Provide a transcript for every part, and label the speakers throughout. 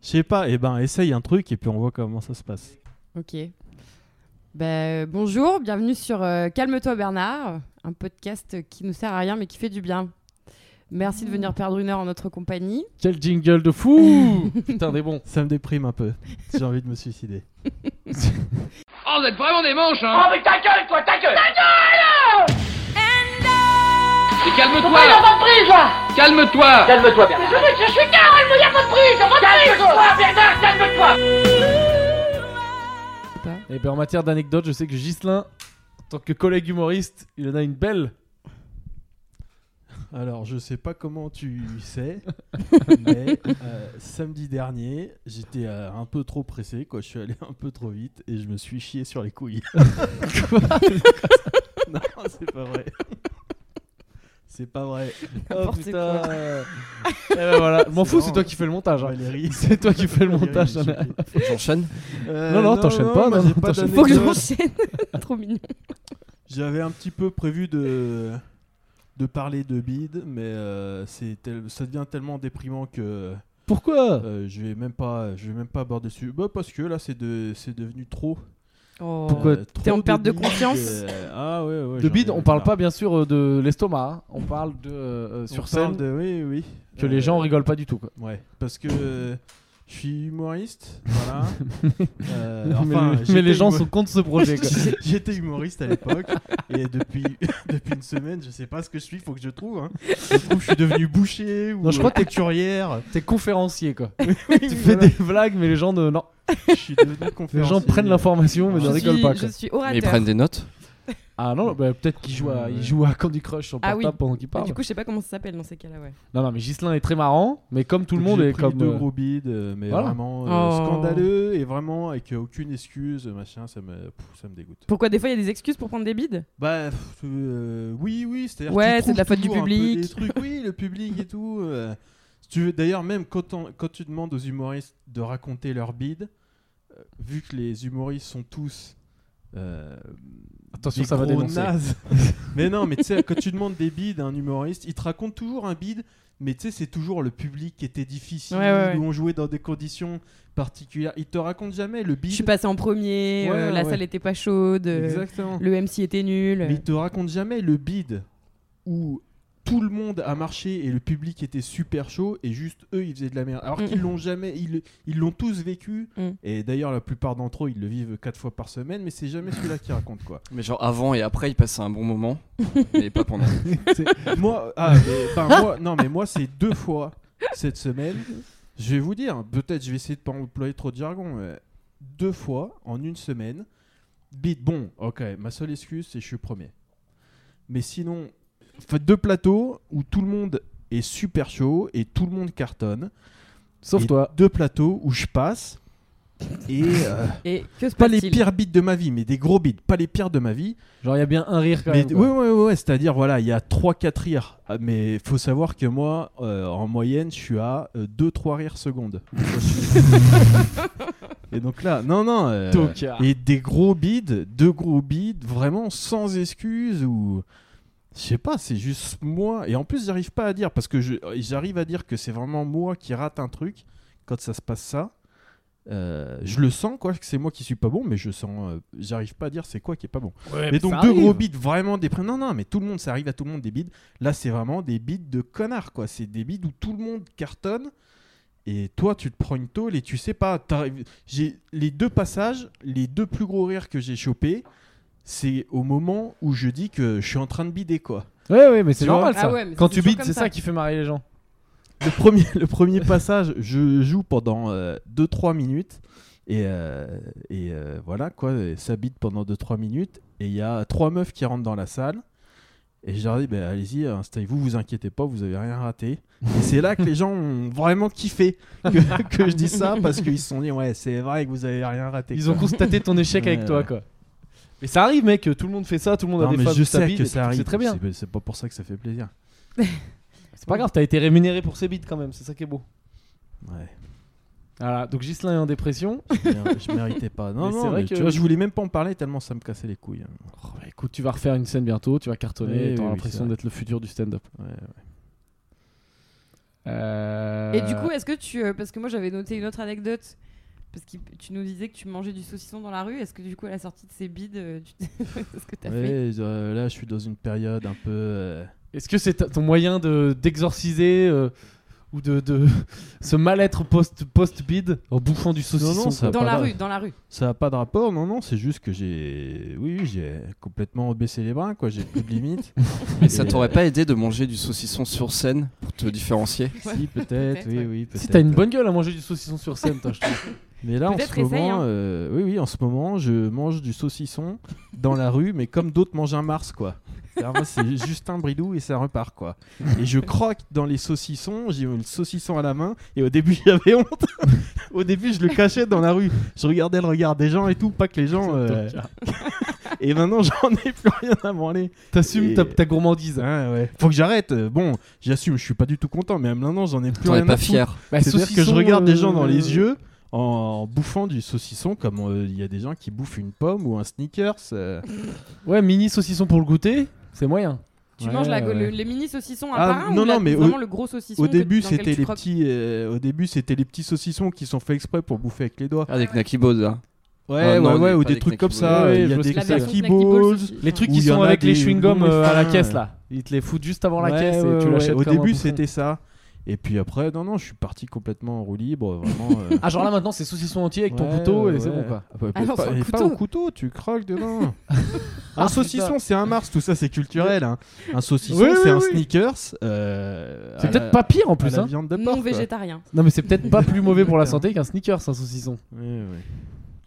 Speaker 1: Je sais pas, et ben essaye un truc et puis on voit comment ça se passe.
Speaker 2: Ok. Ben, bonjour, bienvenue sur euh, Calme-toi Bernard, un podcast qui ne sert à rien mais qui fait du bien. Merci de venir perdre une heure en notre compagnie.
Speaker 1: Quel jingle de fou
Speaker 3: Putain, des bons.
Speaker 1: Ça me déprime un peu. J'ai envie de me suicider.
Speaker 4: Oh, vous êtes vraiment des manches,
Speaker 5: Oh,
Speaker 4: hein
Speaker 5: mais ta gueule, toi, ta gueule
Speaker 4: Mais
Speaker 5: Pourquoi il y a
Speaker 4: calme-toi
Speaker 5: pas de prise, là
Speaker 4: Calme-toi
Speaker 5: Calme-toi, Bernard. Je, je, suis calme, il y a pas de prise, il y a pas de prise Calme-toi, Bernard, calme-toi
Speaker 3: Et ben en matière d'anecdote, je sais que Ghislain, en tant que collègue humoriste, il en a une belle.
Speaker 1: Alors, je sais pas comment tu sais, mais euh, samedi dernier, j'étais euh, un peu trop pressé, quoi. Je suis allé un peu trop vite et je me suis chié sur les couilles. non, c'est pas vrai. C'est pas vrai.
Speaker 3: Oh
Speaker 2: N'importe
Speaker 3: putain. Eh ben voilà, m'en
Speaker 1: C'est
Speaker 3: fous,
Speaker 1: marrant,
Speaker 3: c'est toi
Speaker 1: hein.
Speaker 3: qui fais le montage. hein.
Speaker 1: Valérie.
Speaker 3: C'est toi qui fais le montage.
Speaker 1: Valérie,
Speaker 3: hein.
Speaker 1: je-
Speaker 6: J'enchaîne.
Speaker 1: Euh,
Speaker 3: Non, non, t'enchaînes pas,
Speaker 1: moi,
Speaker 3: non,
Speaker 1: j'ai
Speaker 3: non,
Speaker 1: pas
Speaker 3: t'enchaînes
Speaker 2: Faut que
Speaker 1: d'anecdote.
Speaker 2: j'enchaîne. Trop mignon.
Speaker 1: J'avais un petit peu prévu de, de parler de bide, mais euh, c'est tel- ça devient tellement déprimant que
Speaker 3: Pourquoi
Speaker 1: euh, je vais même pas, je vais même pas aborder dessus. Bah, parce que là, c'est de, c'est devenu trop.
Speaker 2: Oh.
Speaker 3: Pourquoi
Speaker 1: Euh, trop
Speaker 2: T'es en perte de
Speaker 1: bide,
Speaker 2: confiance
Speaker 1: euh, ah ouais, ouais,
Speaker 3: De
Speaker 1: j'en
Speaker 3: bide,
Speaker 1: ai-
Speaker 3: on parle
Speaker 1: voilà.
Speaker 3: pas bien sûr euh, de l'estomac. hein. On parle de euh,
Speaker 1: On
Speaker 3: sur scène
Speaker 1: parle de- oui, oui.
Speaker 3: que
Speaker 1: Euh,
Speaker 3: les gens rigolent pas du tout. Quoi.
Speaker 1: Ouais, parce que euh, je suis humoriste, voilà. Euh,
Speaker 3: mais,
Speaker 1: enfin,
Speaker 3: le- mais
Speaker 1: j'étais
Speaker 3: les gens
Speaker 1: humo-
Speaker 3: sont contre ce projet. quoi.
Speaker 1: J'étais humoriste à l'époque et depuis, depuis une semaine, je sais pas ce que je suis, faut que je trouve. hein. Je trouve que je suis devenu boucher ou
Speaker 3: Non, je crois que
Speaker 1: euh, couturière.
Speaker 3: T'es conférencier quoi.
Speaker 1: Oui,
Speaker 3: tu fais
Speaker 1: voilà.
Speaker 3: des blagues, mais les gens ne. Non.
Speaker 1: Je suis devenu
Speaker 3: Les
Speaker 1: conférencier.
Speaker 3: gens prennent l'information, mais
Speaker 1: Je
Speaker 3: ne
Speaker 2: Je
Speaker 3: rigolent
Speaker 2: suis,
Speaker 3: pas.
Speaker 2: je
Speaker 3: Quoi.
Speaker 2: suis
Speaker 6: Mais ils
Speaker 2: orateur.
Speaker 6: prennent des notes.
Speaker 3: Ah non, bah, peut-être qu'ils jouent, à...
Speaker 1: Ouais,
Speaker 3: ils
Speaker 1: ouais.
Speaker 3: jouent à Candy Crush sur le
Speaker 2: Ah
Speaker 3: portable
Speaker 2: oui.
Speaker 3: pendant qu'ils
Speaker 2: Mais
Speaker 3: parlent.
Speaker 2: Du coup, je sais pas comment ça s'appelle dans ces cas-là, ouais.
Speaker 3: Non, non, mais Ghislain est très marrant, mais comme tout le
Speaker 1: Donc,
Speaker 3: monde
Speaker 1: j'ai
Speaker 3: est
Speaker 1: pris
Speaker 3: comme.
Speaker 1: deux
Speaker 3: euh,
Speaker 1: gros bides, euh, mais
Speaker 3: voilà.
Speaker 1: vraiment euh,
Speaker 2: Oh.
Speaker 1: scandaleux et vraiment avec euh, aucune excuse, machin, ça me, pff, ça me dégoûte.
Speaker 2: Pourquoi des fois il y a des excuses pour prendre des bides
Speaker 1: Bah pff, euh, oui, oui, c'est-à-dire
Speaker 2: Ouais,
Speaker 1: tu
Speaker 2: c'est de la
Speaker 1: trouves
Speaker 2: faute du
Speaker 1: toujours un peu
Speaker 2: public.
Speaker 1: des trucs. Oui, le public et tout. euh, si tu veux, d'ailleurs, même quand, on- quand tu demandes aux humoristes de raconter leur bide, euh, vu que les humoristes sont tous euh,
Speaker 3: Attention,
Speaker 1: des
Speaker 3: ça va
Speaker 1: gros
Speaker 3: dénoncer.
Speaker 1: nazes. mais non, mais tu sais, quand tu demandes des bides à un humoriste, il te raconte toujours un bide, mais tu sais, c'est toujours le public qui était difficile,
Speaker 2: Ouais, ouais, ouais.
Speaker 1: où on jouait dans des conditions particulières. Il te raconte jamais le
Speaker 2: Je
Speaker 1: bide.
Speaker 2: suis passé en premier,
Speaker 1: Ouais,
Speaker 2: euh, la
Speaker 1: ouais.
Speaker 2: salle était pas chaude, euh,
Speaker 1: Exactement.
Speaker 2: le MC était nul.
Speaker 1: Mais il te raconte jamais le bide où tout le monde a marché et le public était super chaud et juste eux ils faisaient de la merde. Alors
Speaker 2: Mm.
Speaker 1: qu'ils l'ont jamais, ils ils l'ont tous vécu.
Speaker 2: Mm.
Speaker 1: Et d'ailleurs la plupart d'entre eux ils le vivent quatre fois par semaine, mais c'est jamais celui-là qui raconte quoi.
Speaker 6: Mais genre avant et après, ils passent un bon moment, mais pas pendant.
Speaker 1: moi, ah, mais- enfin, moi- non mais moi c'est deux fois cette semaine. Je vais vous dire, peut-être je vais essayer de pas employer trop de jargon. mais deux fois en une semaine. Bide, bon, ok, ma seule excuse c'est que je suis premier. Mais sinon, fait deux plateaux où tout le monde est super chaud et tout le monde cartonne.
Speaker 3: Sauf
Speaker 1: Et
Speaker 3: toi.
Speaker 1: Deux plateaux où je passe. Et euh,
Speaker 2: Et que se
Speaker 1: pas les
Speaker 2: passe-t-il
Speaker 1: pires bides de ma vie, mais des gros bides, pas les pires de ma vie.
Speaker 3: Genre, il y a bien un rire quand
Speaker 1: Mais
Speaker 3: même.
Speaker 1: oui,
Speaker 3: quoi.
Speaker 1: ouais, ouais, ouais, c'est-à-dire, voilà, il y a 3-4 rires. Ah, Mais faut savoir que moi, euh, en moyenne, je suis à 2-3 rires secondes. et donc là, non, non. euh,
Speaker 3: Tocard.
Speaker 1: et des gros bides, deux gros bides, vraiment sans excuse ou. Je sais pas, c'est juste moi. Et en plus, j'arrive pas à dire, parce que je- j'arrive à dire que c'est vraiment moi qui rate un truc quand ça se passe ça. Euh, je le sens, quoi, que c'est moi qui suis pas bon, mais je sens. euh, j'arrive pas à dire c'est quoi qui est pas bon. Mais donc deux gros bides vraiment des Non, non, mais tout le monde, ça arrive à tout le monde des bides. Là, c'est vraiment des bides de connards, quoi. C'est des bides où tout le monde cartonne. Et toi, tu te prends une tôle et tu sais pas. t'arrives- J'ai les deux passages, les deux plus gros rires que j'ai chopés, c'est au moment où je dis que je suis en train de bider, quoi.
Speaker 3: Ouais, ouais, mais c'est
Speaker 1: Tu vois
Speaker 3: normal
Speaker 2: Ah
Speaker 3: ça.
Speaker 2: ouais, mais
Speaker 3: Quand
Speaker 2: c'est
Speaker 3: tu
Speaker 2: toujours
Speaker 3: bides,
Speaker 2: comme
Speaker 3: c'est
Speaker 2: ça.
Speaker 3: ça qui fait marrer les gens.
Speaker 1: Le premier, le premier passage, je joue pendant 2-3 minutes. Et, euh, et, euh, voilà, quoi, et ça bide pendant 2-3 minutes. Et il y a trois meufs qui rentrent dans la salle. Et je leur dis, bah, allez-y, installez-vous, vous inquiétez pas, vous avez rien raté. Et c'est là que les gens ont vraiment kiffé que, que je dis ça, parce qu'ils se sont dit, ouais, c'est vrai que vous avez rien raté.
Speaker 3: Ils
Speaker 1: quoi.
Speaker 3: ont constaté ton échec avec
Speaker 1: Ouais,
Speaker 3: toi,
Speaker 1: ouais.
Speaker 3: quoi. Mais ça arrive, mec, tout le monde fait ça, tout le monde
Speaker 1: Non,
Speaker 3: a des
Speaker 1: mais
Speaker 3: phases
Speaker 1: je
Speaker 3: où ça
Speaker 1: sais
Speaker 3: bide,
Speaker 1: que ça arrive.
Speaker 3: C'est très bien.
Speaker 1: C'est- C'est pas pour ça que ça fait plaisir.
Speaker 3: C'est pas grave, t'as été rémunéré pour ses bides quand même, c'est ça qui est beau.
Speaker 1: Ouais.
Speaker 3: Voilà, donc Ghislain est en dépression.
Speaker 1: Je méritais pas. Non,
Speaker 3: Mais
Speaker 1: non,
Speaker 3: c'est vrai
Speaker 1: mais tu
Speaker 3: que-
Speaker 1: vois, je voulais même pas en parler tellement ça me cassait les couilles. hein.
Speaker 3: Oh, bah, écoute, tu vas refaire une scène bientôt, tu vas cartonner,
Speaker 1: Oui,
Speaker 3: t'auras
Speaker 1: oui, oui,
Speaker 3: l'impression
Speaker 1: c'est vrai.
Speaker 3: d'être le futur du stand-up.
Speaker 1: Ouais, ouais.
Speaker 3: Euh,
Speaker 2: Et du coup, est-ce que tu. euh, parce que moi, j'avais noté une autre anecdote. Parce que tu nous disais que tu mangeais du saucisson dans la rue. Est-ce que du coup, à la sortie de ces bides, euh, tu t'es- qu'est-ce que t'as fait
Speaker 1: Ouais, euh, là, je suis dans une période un peu. euh,
Speaker 3: Est-ce que c'est ta- ton moyen de d'exorciser euh, ou de, de ce mal-être post post bid en bouffant du saucisson
Speaker 1: non,
Speaker 3: quoi.
Speaker 1: ça va.
Speaker 2: Dans
Speaker 1: pas
Speaker 2: la
Speaker 1: là.
Speaker 2: rue, dans la rue.
Speaker 1: Ça n'a pas de rapport, non, non, c'est juste que j'ai. Oui, oui, j'ai complètement baissé les bras, quoi, j'ai plus de limite.
Speaker 6: Mais ça
Speaker 1: Et,
Speaker 6: t'aurait pas aidé de manger du saucisson sur scène pour te différencier
Speaker 1: Si, peut-être,
Speaker 2: Peut-être,
Speaker 1: oui,
Speaker 2: ouais.
Speaker 1: oui, peut-être. euh,
Speaker 3: Si t'as une bonne gueule à manger du saucisson sur scène, toi, je te-
Speaker 1: Mais là, en
Speaker 2: Peut-être
Speaker 1: ce moment,
Speaker 2: essaye, hein.
Speaker 1: euh, oui, oui, en ce moment, je mange du saucisson dans la rue, mais comme d'autres mangent un Mars, quoi. C'est-à-dire, moi, C'est Justin Bridou et ça repart, quoi. Et je croque dans les saucissons, j'ai eu le saucisson à la main, et au début, j'avais honte. au début, je le cachais dans la rue. Je regardais le regard des gens et tout, pas que les gens. euh, Et maintenant, j'en ai plus rien à branler.
Speaker 3: t'assumes
Speaker 1: Et-
Speaker 3: ta, ta gourmandise.
Speaker 1: Ah ouais. Faut que j'arrête. Euh, Bon, j'assume, je suis pas du tout content, mais maintenant j'en ai plus
Speaker 6: T'en es
Speaker 1: rien à
Speaker 6: pas
Speaker 1: foutre.
Speaker 6: fier.
Speaker 3: Bah,
Speaker 1: C'est-à-dire que je
Speaker 3: saucisson,
Speaker 1: regarde des
Speaker 3: euh,
Speaker 1: gens dans les yeux en, en bouffant du saucisson, comme euh, il y a des gens qui bouffent une pomme ou un sneakers. euh.
Speaker 3: Ouais, mini saucisson pour le goûter, c'est moyen.
Speaker 2: Tu
Speaker 3: Ouais,
Speaker 2: manges la,
Speaker 3: ouais.
Speaker 2: le- les mini saucissons un
Speaker 1: Ah,
Speaker 2: par un
Speaker 1: non,
Speaker 2: ou la-
Speaker 1: non, mais au-
Speaker 2: vraiment le gros saucisson
Speaker 1: Au
Speaker 2: que-
Speaker 1: début,
Speaker 2: dans lequel
Speaker 1: c'était
Speaker 2: tu
Speaker 1: les
Speaker 2: croques
Speaker 1: petits. euh, au début, c'était les petits saucissons qui sont faits exprès pour bouffer avec les doigts.
Speaker 6: Ah, des Knacky Balls, là.
Speaker 1: Ouais,
Speaker 6: Ah, non,
Speaker 1: ouais, ouais,
Speaker 6: mais
Speaker 1: ou
Speaker 6: pas
Speaker 1: des
Speaker 6: des
Speaker 1: trucs comme
Speaker 6: Knacky
Speaker 1: ça.
Speaker 3: Balls.
Speaker 1: euh,
Speaker 3: Ouais,
Speaker 1: Il y
Speaker 3: je
Speaker 1: a
Speaker 3: me
Speaker 1: des
Speaker 3: souviens.
Speaker 2: La version
Speaker 1: Knacky
Speaker 2: Snacky Balls.
Speaker 1: Balls.
Speaker 2: saucisson.
Speaker 3: Les trucs
Speaker 1: Ou
Speaker 3: qui
Speaker 1: il y en
Speaker 3: sont
Speaker 1: a
Speaker 3: avec les
Speaker 1: des
Speaker 3: chewing-gums
Speaker 1: gros
Speaker 3: euh, à la
Speaker 1: fins.
Speaker 3: caisse là. Ils te les foutent juste avant la
Speaker 1: Ouais,
Speaker 3: caisse
Speaker 1: ouais,
Speaker 3: et tu
Speaker 1: ouais.
Speaker 3: l'achètes
Speaker 1: Au
Speaker 3: comme un
Speaker 1: début,
Speaker 3: bouffon.
Speaker 1: c'était ça. Et puis après, non, non, je suis parti complètement en roue libre, vraiment. euh,
Speaker 3: Ah, genre là maintenant, c'est saucisson entier avec ton
Speaker 1: Ouais,
Speaker 3: couteau et
Speaker 1: ouais.
Speaker 3: c'est bon quoi.
Speaker 1: Ah, bah,
Speaker 2: Ah non,
Speaker 1: pas,
Speaker 2: sans
Speaker 1: et
Speaker 2: couteau.
Speaker 1: pas au couteau, tu croques dedans. un saucisson, c'est un Mars, tout ça c'est culturel. hein. Un saucisson,
Speaker 3: Oui, oui,
Speaker 1: c'est un
Speaker 3: oui.
Speaker 1: sneakers. euh, à
Speaker 3: C'est
Speaker 1: la-
Speaker 3: peut-être pas pire en
Speaker 1: à
Speaker 3: plus.
Speaker 1: la
Speaker 3: hein.
Speaker 1: viande de porc.
Speaker 2: Non
Speaker 1: quoi.
Speaker 2: végétarien.
Speaker 3: Non, mais c'est peut-être pas plus mauvais pour la santé qu'un sneakers, un saucisson.
Speaker 1: Ouais, ouais.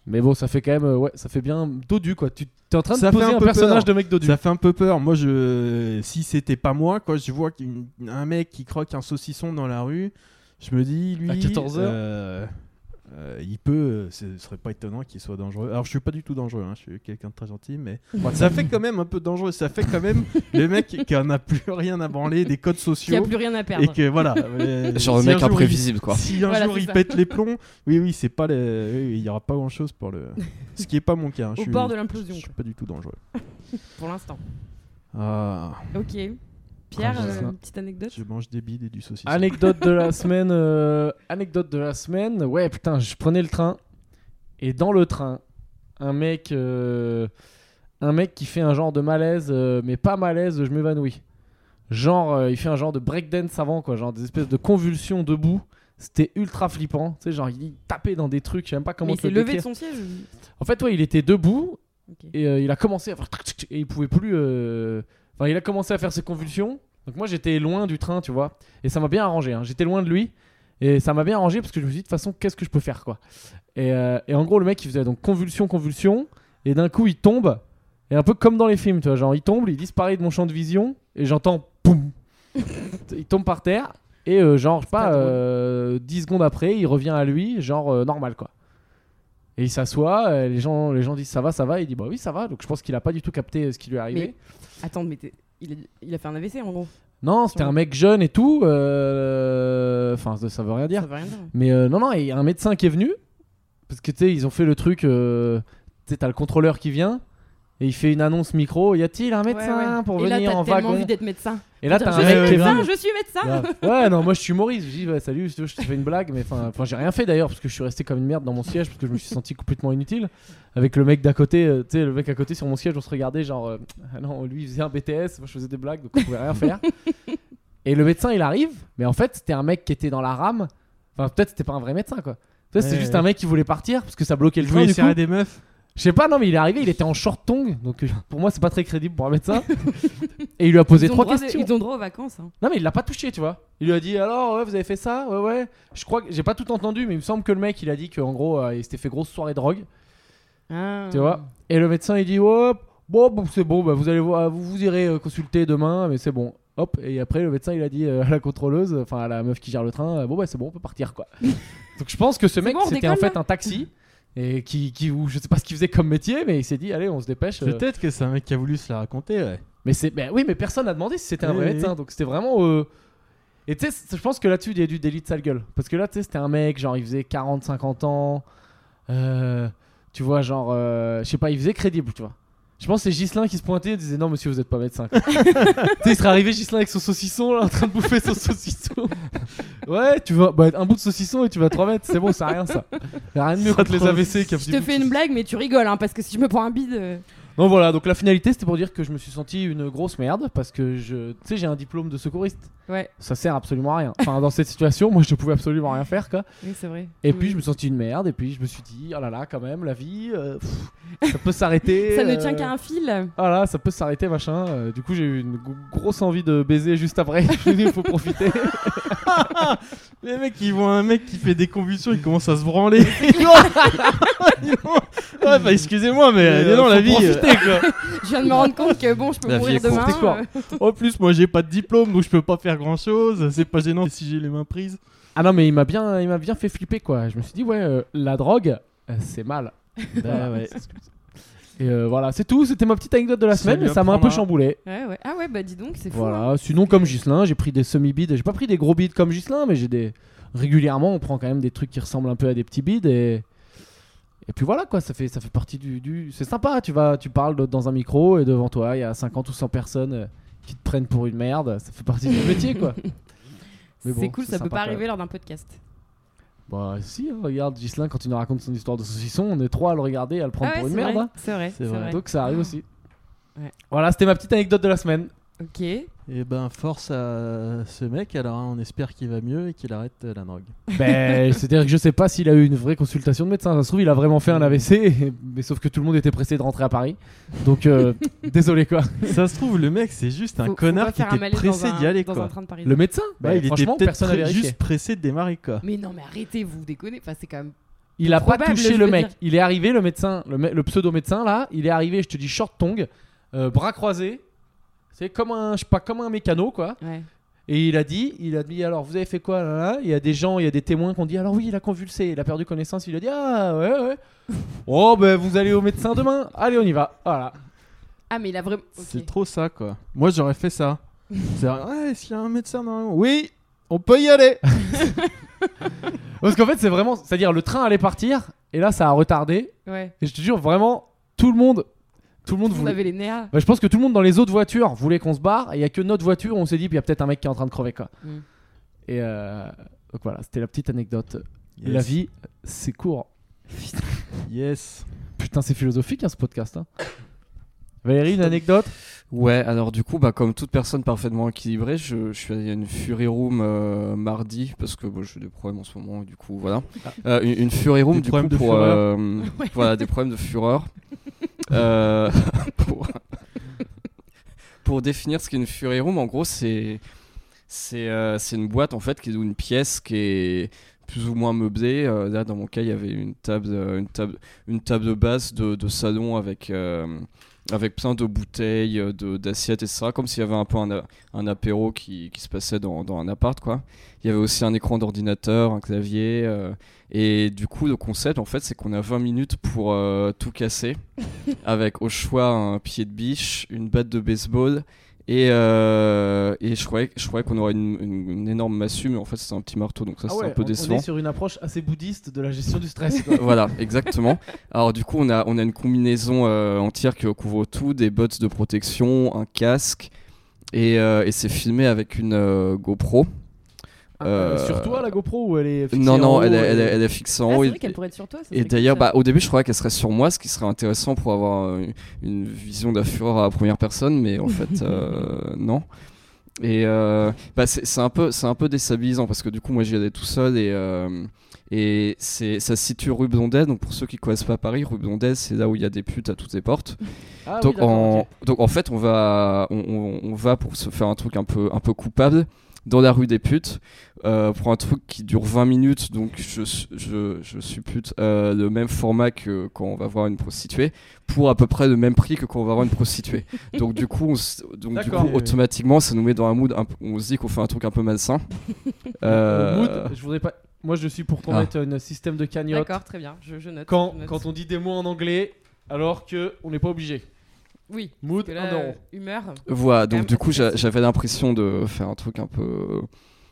Speaker 3: Mais bon, ça fait quand même, euh, ouais, ça fait bien dodu quoi. Tu es en train
Speaker 1: Ça
Speaker 3: de
Speaker 1: fait
Speaker 3: poser
Speaker 1: un
Speaker 3: un,
Speaker 1: peu
Speaker 3: personnage
Speaker 1: peur.
Speaker 3: de mec dodu.
Speaker 1: Ça fait un peu peur. Moi, je, si c'était pas moi, quoi, je vois qu'un un mec qui croque un saucisson dans la rue, je me dis, lui,
Speaker 3: À 14 heures.
Speaker 1: euh, euh, il peut, euh, ce serait pas étonnant qu'il soit dangereux. Alors, je suis pas du tout dangereux, hein, je suis quelqu'un de très gentil, mais ça fait quand même un peu dangereux. Ça fait quand même le mec qui en a plus rien à branler des codes
Speaker 2: Qui a
Speaker 1: sociaux.
Speaker 2: plus rien à
Speaker 1: Et
Speaker 2: perdre.
Speaker 1: que voilà. euh,
Speaker 6: Genre le
Speaker 1: si
Speaker 6: mec
Speaker 1: un jour il-
Speaker 6: imprévisible, quoi.
Speaker 1: Si un
Speaker 2: Voilà,
Speaker 1: jour
Speaker 2: c'est
Speaker 1: il
Speaker 2: ça.
Speaker 1: pète les plombs, oui, oui, c'est pas le, oui, oui, il y aura pas grand chose pour le. Ce qui est pas mon cas. hein, je
Speaker 2: Au
Speaker 1: suis-
Speaker 2: bord de l'implosion
Speaker 1: Je suis
Speaker 2: quoi,
Speaker 1: pas du tout dangereux.
Speaker 2: pour l'instant.
Speaker 1: Ah,
Speaker 2: Ok. Pierre,
Speaker 3: Ah, j'ai
Speaker 2: euh,
Speaker 3: ça.
Speaker 2: petite anecdote.
Speaker 1: je mange des bides et du saucisson.
Speaker 3: Anecdote de la semaine. euh, anecdote de la semaine. Ouais, putain, je prenais le train. Et dans le train, un mec. euh, un mec qui fait un genre de malaise, euh, mais pas malaise, je m'évanouis. Genre, euh, il fait un genre de breakdance avant, quoi. Genre des espèces de convulsions debout. C'était ultra flippant. Tu sais, genre, il tapait dans des trucs, je sais même pas comment
Speaker 2: Mais il
Speaker 3: te
Speaker 2: s'est
Speaker 3: le
Speaker 2: levé de
Speaker 3: décrire.
Speaker 2: son siège. ou-
Speaker 3: En fait, ouais, il était debout
Speaker 2: Ok.
Speaker 3: et euh, il a commencé à faire tic, tic, tic, et il pouvait plus. euh, Enfin, il a commencé à faire ses convulsions. Donc moi, j'étais loin du train, tu vois, et ça m'a bien arrangé. hein. J'étais loin de lui et ça m'a bien arrangé parce que je me suis dit de toute façon, qu'est-ce que je peux faire, quoi. Et, euh, et en gros, le mec, il faisait donc convulsion, convulsion, et d'un coup, il tombe. Et un peu comme dans les films, tu vois, genre il tombe, il disparaît de mon champ de vision et j'entends poum. il tombe par terre et euh, genre je sais pas
Speaker 2: pas drôle.
Speaker 3: euh, 10 secondes après, il revient à lui, genre euh, normal quoi. Et il s'assoit, euh, les gens, les gens disent ça va, ça va. Il dit bah oui, ça va. Donc je pense qu'il a pas du tout capté euh, ce qui lui est arrivé.
Speaker 2: Mais- Attends, mais t'es- il a, il a fait un AVC en gros.
Speaker 3: Non, c'était un mec jeune et tout. euh, Enfin, ça veut rien dire.
Speaker 2: Ça veut rien dire.
Speaker 3: Mais euh, non, non, et il y a un médecin qui est venu. Parce que tu sais, ils ont fait le truc. euh, tu sais, t'as le contrôleur qui vient. Et il fait une annonce micro. Y a-t-il un médecin
Speaker 2: Ouais, ouais.
Speaker 3: pour
Speaker 2: Et
Speaker 3: venir
Speaker 2: là,
Speaker 3: en
Speaker 2: t'as tellement
Speaker 3: wagon
Speaker 2: envie d'être médecin.
Speaker 3: Et là,
Speaker 2: Je
Speaker 3: t'as un
Speaker 2: suis
Speaker 3: mec qui est
Speaker 2: médecin,
Speaker 3: venu.
Speaker 2: je suis médecin.
Speaker 3: Grave. Ouais, non, moi je suis Maurice. Je dis, ouais, salut, je te je te fais une blague, mais enfin, enfin, j'ai rien fait d'ailleurs, parce que je suis resté comme une merde dans mon siège, parce que je me suis senti complètement inutile. Avec le mec d'à côté, euh, tu sais, le mec à côté sur mon siège, on se regardait genre, euh, ah non, lui il faisait un BTS, moi je faisais des blagues, donc on pouvait rien faire. Et le médecin il arrive, mais en fait c'était un mec qui était dans la rame. Enfin, peut-être c'était pas un vrai médecin quoi. Peut-être c'était
Speaker 1: Ouais,
Speaker 3: juste
Speaker 1: ouais.
Speaker 3: un mec qui voulait partir parce que ça bloquait
Speaker 1: Il
Speaker 3: le train.
Speaker 1: voulait
Speaker 3: Du coup.
Speaker 1: serrer des meufs.
Speaker 3: Je sais pas, non, mais il est arrivé, il était en short tong, donc euh, pour moi c'est pas très crédible pour un médecin. Et il lui a posé
Speaker 2: Ils ont
Speaker 3: trois
Speaker 2: droit de-
Speaker 3: questions.
Speaker 2: Ils ont droit aux vacances. hein.
Speaker 3: Non mais il l'a pas touché, tu vois. Il lui a dit alors ouais, vous avez fait ça, ouais ouais. Je crois que j'ai pas tout entendu, mais il me semble que le mec il a dit qu'en gros euh, il s'était fait grosse soirée drogue,
Speaker 2: Ah.
Speaker 3: tu vois. Et le médecin il dit hop bon, bon, c'est bon, bah, vous allez voir, vous vous irez euh, consulter demain, mais c'est bon. Hop et après le médecin il a dit euh, à la contrôleuse, euh, enfin à la meuf qui gère le train, euh, bon bah c'est bon on peut partir quoi. Donc je pense que ce mec
Speaker 2: bon, on
Speaker 3: c'était en
Speaker 2: décolle,
Speaker 3: fait un taxi et qui, qui ou je sais pas ce qu'il faisait comme métier, mais il s'est dit allez on se dépêche. euh,
Speaker 1: Peut-être que c'est un mec qui a voulu se la raconter. ouais.
Speaker 3: mais c'est, mais oui, mais personne n'a demandé si c'était un
Speaker 1: Oui,
Speaker 3: vrai
Speaker 1: oui,
Speaker 3: médecin, donc c'était vraiment. euh, Et tu sais, c'est- je pense que là-dessus, il y a du délit de sale gueule. Parce que là, tu sais, c'était un mec, genre, il faisait 40, 50 ans. euh, tu vois, genre, euh, je sais pas, il faisait crédible, tu vois.
Speaker 1: Je pense que c'est Gislin qui se pointait et disait non monsieur vous êtes pas médecin. quoi. tu sais, il serait arrivé Gislin avec son saucisson là, en train de bouffer son saucisson. ouais, tu vas bah, un bout de saucisson et tu vas 3 mètres, c'est bon, c'est rien ça. Y a rien de mieux
Speaker 3: Ça
Speaker 1: contre
Speaker 3: te
Speaker 1: les
Speaker 3: rend-
Speaker 1: AVC qu'un
Speaker 2: Je
Speaker 1: petit
Speaker 2: te
Speaker 1: bout
Speaker 2: fais
Speaker 1: de
Speaker 2: une blague, mais tu rigoles, hein, parce que si je me prends un bide. euh,
Speaker 1: Non voilà, donc la finalité c'était pour dire que je me suis senti une grosse merde parce que je tu sais j'ai un diplôme de secouriste.
Speaker 2: Ouais,
Speaker 1: Ça sert absolument à rien. Enfin dans cette situation, moi je pouvais absolument rien faire quoi.
Speaker 2: oui, c'est vrai.
Speaker 1: Et puis je me suis senti une merde et puis je me suis dit oh là là quand même la vie euh, pff, ça peut s'arrêter.
Speaker 2: Ça ne
Speaker 1: euh,
Speaker 2: tient qu'à un fil.
Speaker 1: Ah là, ça peut s'arrêter, machin. Euh, du coup, j'ai eu une gro- grosse envie de baiser juste après. Je me dis, il faut profiter.
Speaker 3: Les mecs, ils voient un mec qui fait des convulsions, ils commencent à se branler. Ils vont- Ils vont- ouais, bah, excusez-moi, mais
Speaker 1: Euh,
Speaker 3: euh, non,
Speaker 1: faut
Speaker 3: la vie.
Speaker 1: profiter,
Speaker 2: Je viens de me rendre compte que bon, je peux
Speaker 6: La vie
Speaker 2: mourir
Speaker 6: est courte,
Speaker 2: demain.
Speaker 1: c'est court.
Speaker 2: euh,
Speaker 3: En plus, moi, j'ai pas de diplôme, donc je peux pas faire grand-chose. C'est pas gênant si j'ai les mains prises.
Speaker 1: Ah non, mais il m'a bien, il m'a bien fait flipper, quoi. Je me suis dit, ouais, euh, la drogue, euh, c'est mal.
Speaker 2: Bah
Speaker 1: Voilà. Et euh, voilà, c'est tout. C'était ma petite anecdote de la
Speaker 3: Ça
Speaker 1: semaine,
Speaker 3: lui
Speaker 1: mais ça m'a un peu
Speaker 3: apprendra.
Speaker 1: chamboulé.
Speaker 2: ouais, ouais. Ah ouais, bah dis donc, c'est fou. hein.
Speaker 1: Voilà. Sinon, comme Gislin, j'ai pris des semi-bides. J'ai pas pris des gros bides comme Gislin, mais j'ai des. Régulièrement, on prend quand même des trucs qui ressemblent un peu à des petits bides et. Et puis voilà quoi, ça fait, ça fait partie du. du- C'est sympa, tu vas, tu parles de- dans un micro et devant toi, il y a 50 ou 100 personnes euh, qui te prennent pour une merde. Ça fait partie du métier quoi.
Speaker 2: c'est
Speaker 1: Mais bon,
Speaker 2: cool,
Speaker 1: c'est
Speaker 2: ça peut
Speaker 1: sympa
Speaker 2: pas
Speaker 1: quand
Speaker 2: arriver lors d'un podcast.
Speaker 1: Bah si, hein, regarde Gislin quand il nous raconte son histoire de saucisson, on est trois à le regarder et à le prendre
Speaker 2: Ah ouais,
Speaker 1: pour une
Speaker 2: c'est
Speaker 1: merde.
Speaker 2: vrai,
Speaker 1: hein.
Speaker 2: C'est vrai, c'est
Speaker 3: vrai.
Speaker 2: vrai. Ah.
Speaker 1: Donc ça arrive aussi.
Speaker 2: Ouais.
Speaker 1: Voilà, c'était ma petite anecdote de la semaine.
Speaker 2: Ok.
Speaker 3: Et ben, force à ce mec, alors hein, on espère qu'il va mieux et qu'il arrête euh, la drogue.
Speaker 1: Ben, c'est-à-dire que je sais pas s'il a eu une vraie consultation de médecin. Ça se trouve, il a vraiment fait un AVC, mais sauf que tout le monde était pressé de rentrer à Paris. Donc euh, désolé quoi.
Speaker 3: Ça se trouve, le mec, c'est juste un
Speaker 2: Faut- faut
Speaker 3: connard
Speaker 2: pas
Speaker 3: qui
Speaker 2: faire un
Speaker 3: était
Speaker 2: malaise
Speaker 3: pressé
Speaker 2: dans un-
Speaker 3: d'y aller,
Speaker 2: dans
Speaker 3: quoi.
Speaker 2: un train de Paris.
Speaker 1: Le médecin
Speaker 3: Bah,
Speaker 1: Ben,
Speaker 3: il était
Speaker 1: Franchement,
Speaker 3: peut-être
Speaker 1: personne n'a
Speaker 3: très-
Speaker 1: vérifié.
Speaker 3: juste pressé de démarrer, quoi.
Speaker 2: Mais non, mais arrêtez, vous vous déconnez. Enfin, c'est quand même.
Speaker 1: Il a pas
Speaker 2: probable,
Speaker 1: touché
Speaker 2: je
Speaker 1: le
Speaker 2: veux
Speaker 1: mec.
Speaker 2: dire.
Speaker 1: Il est arrivé, le médecin, le, me- le pseudo-médecin là, il est arrivé, je te dis, short tong, euh, bras croisés. C'est comme un, je sais pas, comme un mécano quoi.
Speaker 2: Ouais.
Speaker 1: Et il a dit, il a dit alors vous avez fait quoi là, là Il y a des gens, il y a des témoins qui ont dit alors oui il a convulsé, il a perdu connaissance, il a dit ah ouais ouais. oh ben vous allez au médecin demain, allez on y va. Voilà.
Speaker 2: Ah, mais il a vraiment. ok.
Speaker 3: C'est trop ça, quoi. Moi, j'aurais fait ça. C'est ouais, est-ce qu'il y a un médecin dans Oui, on peut y aller.
Speaker 1: Parce qu'en fait c'est vraiment, c'est-à-dire le train allait partir et là ça a retardé
Speaker 2: Ouais.
Speaker 1: et je te jure vraiment tout le monde, tout le monde
Speaker 2: Vous
Speaker 1: voulait.
Speaker 2: avez les nerfs.
Speaker 1: Bah, je pense que tout le monde dans les autres voitures voulait qu'on se barre et il y a que notre voiture où on s'est dit puis il y a peut-être un mec qui est en train de crever quoi.
Speaker 2: Mm.
Speaker 1: Et euh, donc voilà c'était la petite anecdote. La vie c'est court.
Speaker 3: Yes.
Speaker 1: Putain c'est philosophique hein, ce podcast. hein. Valérie une anecdote.
Speaker 6: Ouais, alors du coup, bah, comme toute personne parfaitement équilibrée, je, je suis allé à une Fury Room euh, mardi, parce que bon, j'ai des problèmes en ce moment, et du coup, voilà. Euh, une, une Fury Room,
Speaker 3: Ah. Des
Speaker 6: du coup,
Speaker 3: problèmes de
Speaker 6: pour...
Speaker 3: fureur.
Speaker 6: euh, Voilà, des problèmes de fureur. Euh, pour, pour définir ce qu'est une Fury Room, en gros, c'est... C'est euh, c'est une boîte en fait qui est une pièce qui est plus ou moins meublée. Euh, là, dans mon cas, il y avait une table, euh, une table, une table basse de, de salon avec euh, avec plein de bouteilles, euh, de- d'assiettes, etc. Comme s'il y avait un peu un, a- un apéro qui, qui se passait dans, dans un appart, quoi. Il y avait aussi un écran d'ordinateur, un clavier. euh, et du coup, le concept, en fait, c'est qu'on a 20 minutes pour euh, tout casser, avec au choix un pied de biche, une batte de baseball. Et, euh, et je croyais, je croyais qu'on aurait une, une- une énorme massue, mais en fait, c'était un petit marteau, donc ça,
Speaker 1: Ah
Speaker 6: c'est
Speaker 1: ouais,
Speaker 6: un peu
Speaker 1: on- On
Speaker 6: décevant.
Speaker 1: est sur une approche assez bouddhiste de la gestion du stress. quoi.
Speaker 6: voilà, exactement. Alors du coup, on a, on a une combinaison euh, entière qui couvre tout, des bottes de protection, un casque, et, euh, et c'est filmé avec une euh, GoPro.
Speaker 1: Euh,
Speaker 6: Euh,
Speaker 1: Sur toi, la GoPro, ou elle est fixée
Speaker 6: Non,
Speaker 1: en
Speaker 6: non,
Speaker 1: haut,
Speaker 6: elle est,
Speaker 1: euh,
Speaker 6: elle est- elle est fixée en
Speaker 2: Ah,
Speaker 6: haut.
Speaker 2: c'est
Speaker 6: et-
Speaker 2: vrai qu'elle pourrait être sur toi. ça
Speaker 6: Oh et
Speaker 2: serait
Speaker 6: d'ailleurs,
Speaker 2: cool, ça.
Speaker 6: bah, au début, je croyais qu'elle serait sur moi, ce qui serait intéressant pour avoir euh, une vision de la fureur à la première personne, mais en fait, euh, non. Et euh, bah, c'est c'est un peu, c'est un peu déstabilisant parce que du coup, moi, j'y allais tout seul et euh, et c'est ça se situe rue Blondet. Donc pour ceux qui connaissent pas Paris, rue Blondet, c'est là où il y a des putes à toutes les portes.
Speaker 1: Ah oui,
Speaker 6: donc,
Speaker 1: d'accord,
Speaker 6: en,
Speaker 1: ok.
Speaker 6: donc en fait, on va on, on- on va pour se faire un truc un peu un peu coupable dans la rue des putes euh, pour un truc qui dure 20 minutes. Donc je su- je, je suis pute euh, le même format que quand on va voir une prostituée pour à peu près le même prix que quand on va voir une prostituée. donc du coup, on s- donc du
Speaker 1: D'accord.
Speaker 6: coup automatiquement, ça nous met dans un mood. un peu- on se dit qu'on fait un truc un peu malsain.
Speaker 1: Euh,
Speaker 6: Euh,
Speaker 1: mood, je voudrais pas. Moi, je suis pour qu'on
Speaker 6: Ah.
Speaker 1: mette un système de cagnotte.
Speaker 2: D'accord, très bien. Je, je note.
Speaker 1: Quand,
Speaker 2: je note.
Speaker 1: quand on dit des mots en anglais, alors que on n'est pas obligé.
Speaker 2: Oui.
Speaker 1: Mood,
Speaker 2: Parce que
Speaker 1: 1
Speaker 2: là,
Speaker 1: euro.
Speaker 2: euh, humeur.
Speaker 6: Voilà,
Speaker 2: quand même
Speaker 6: donc du coup,
Speaker 2: assez
Speaker 6: j'a-
Speaker 2: facile.
Speaker 6: j'avais l'impression de faire un truc un peu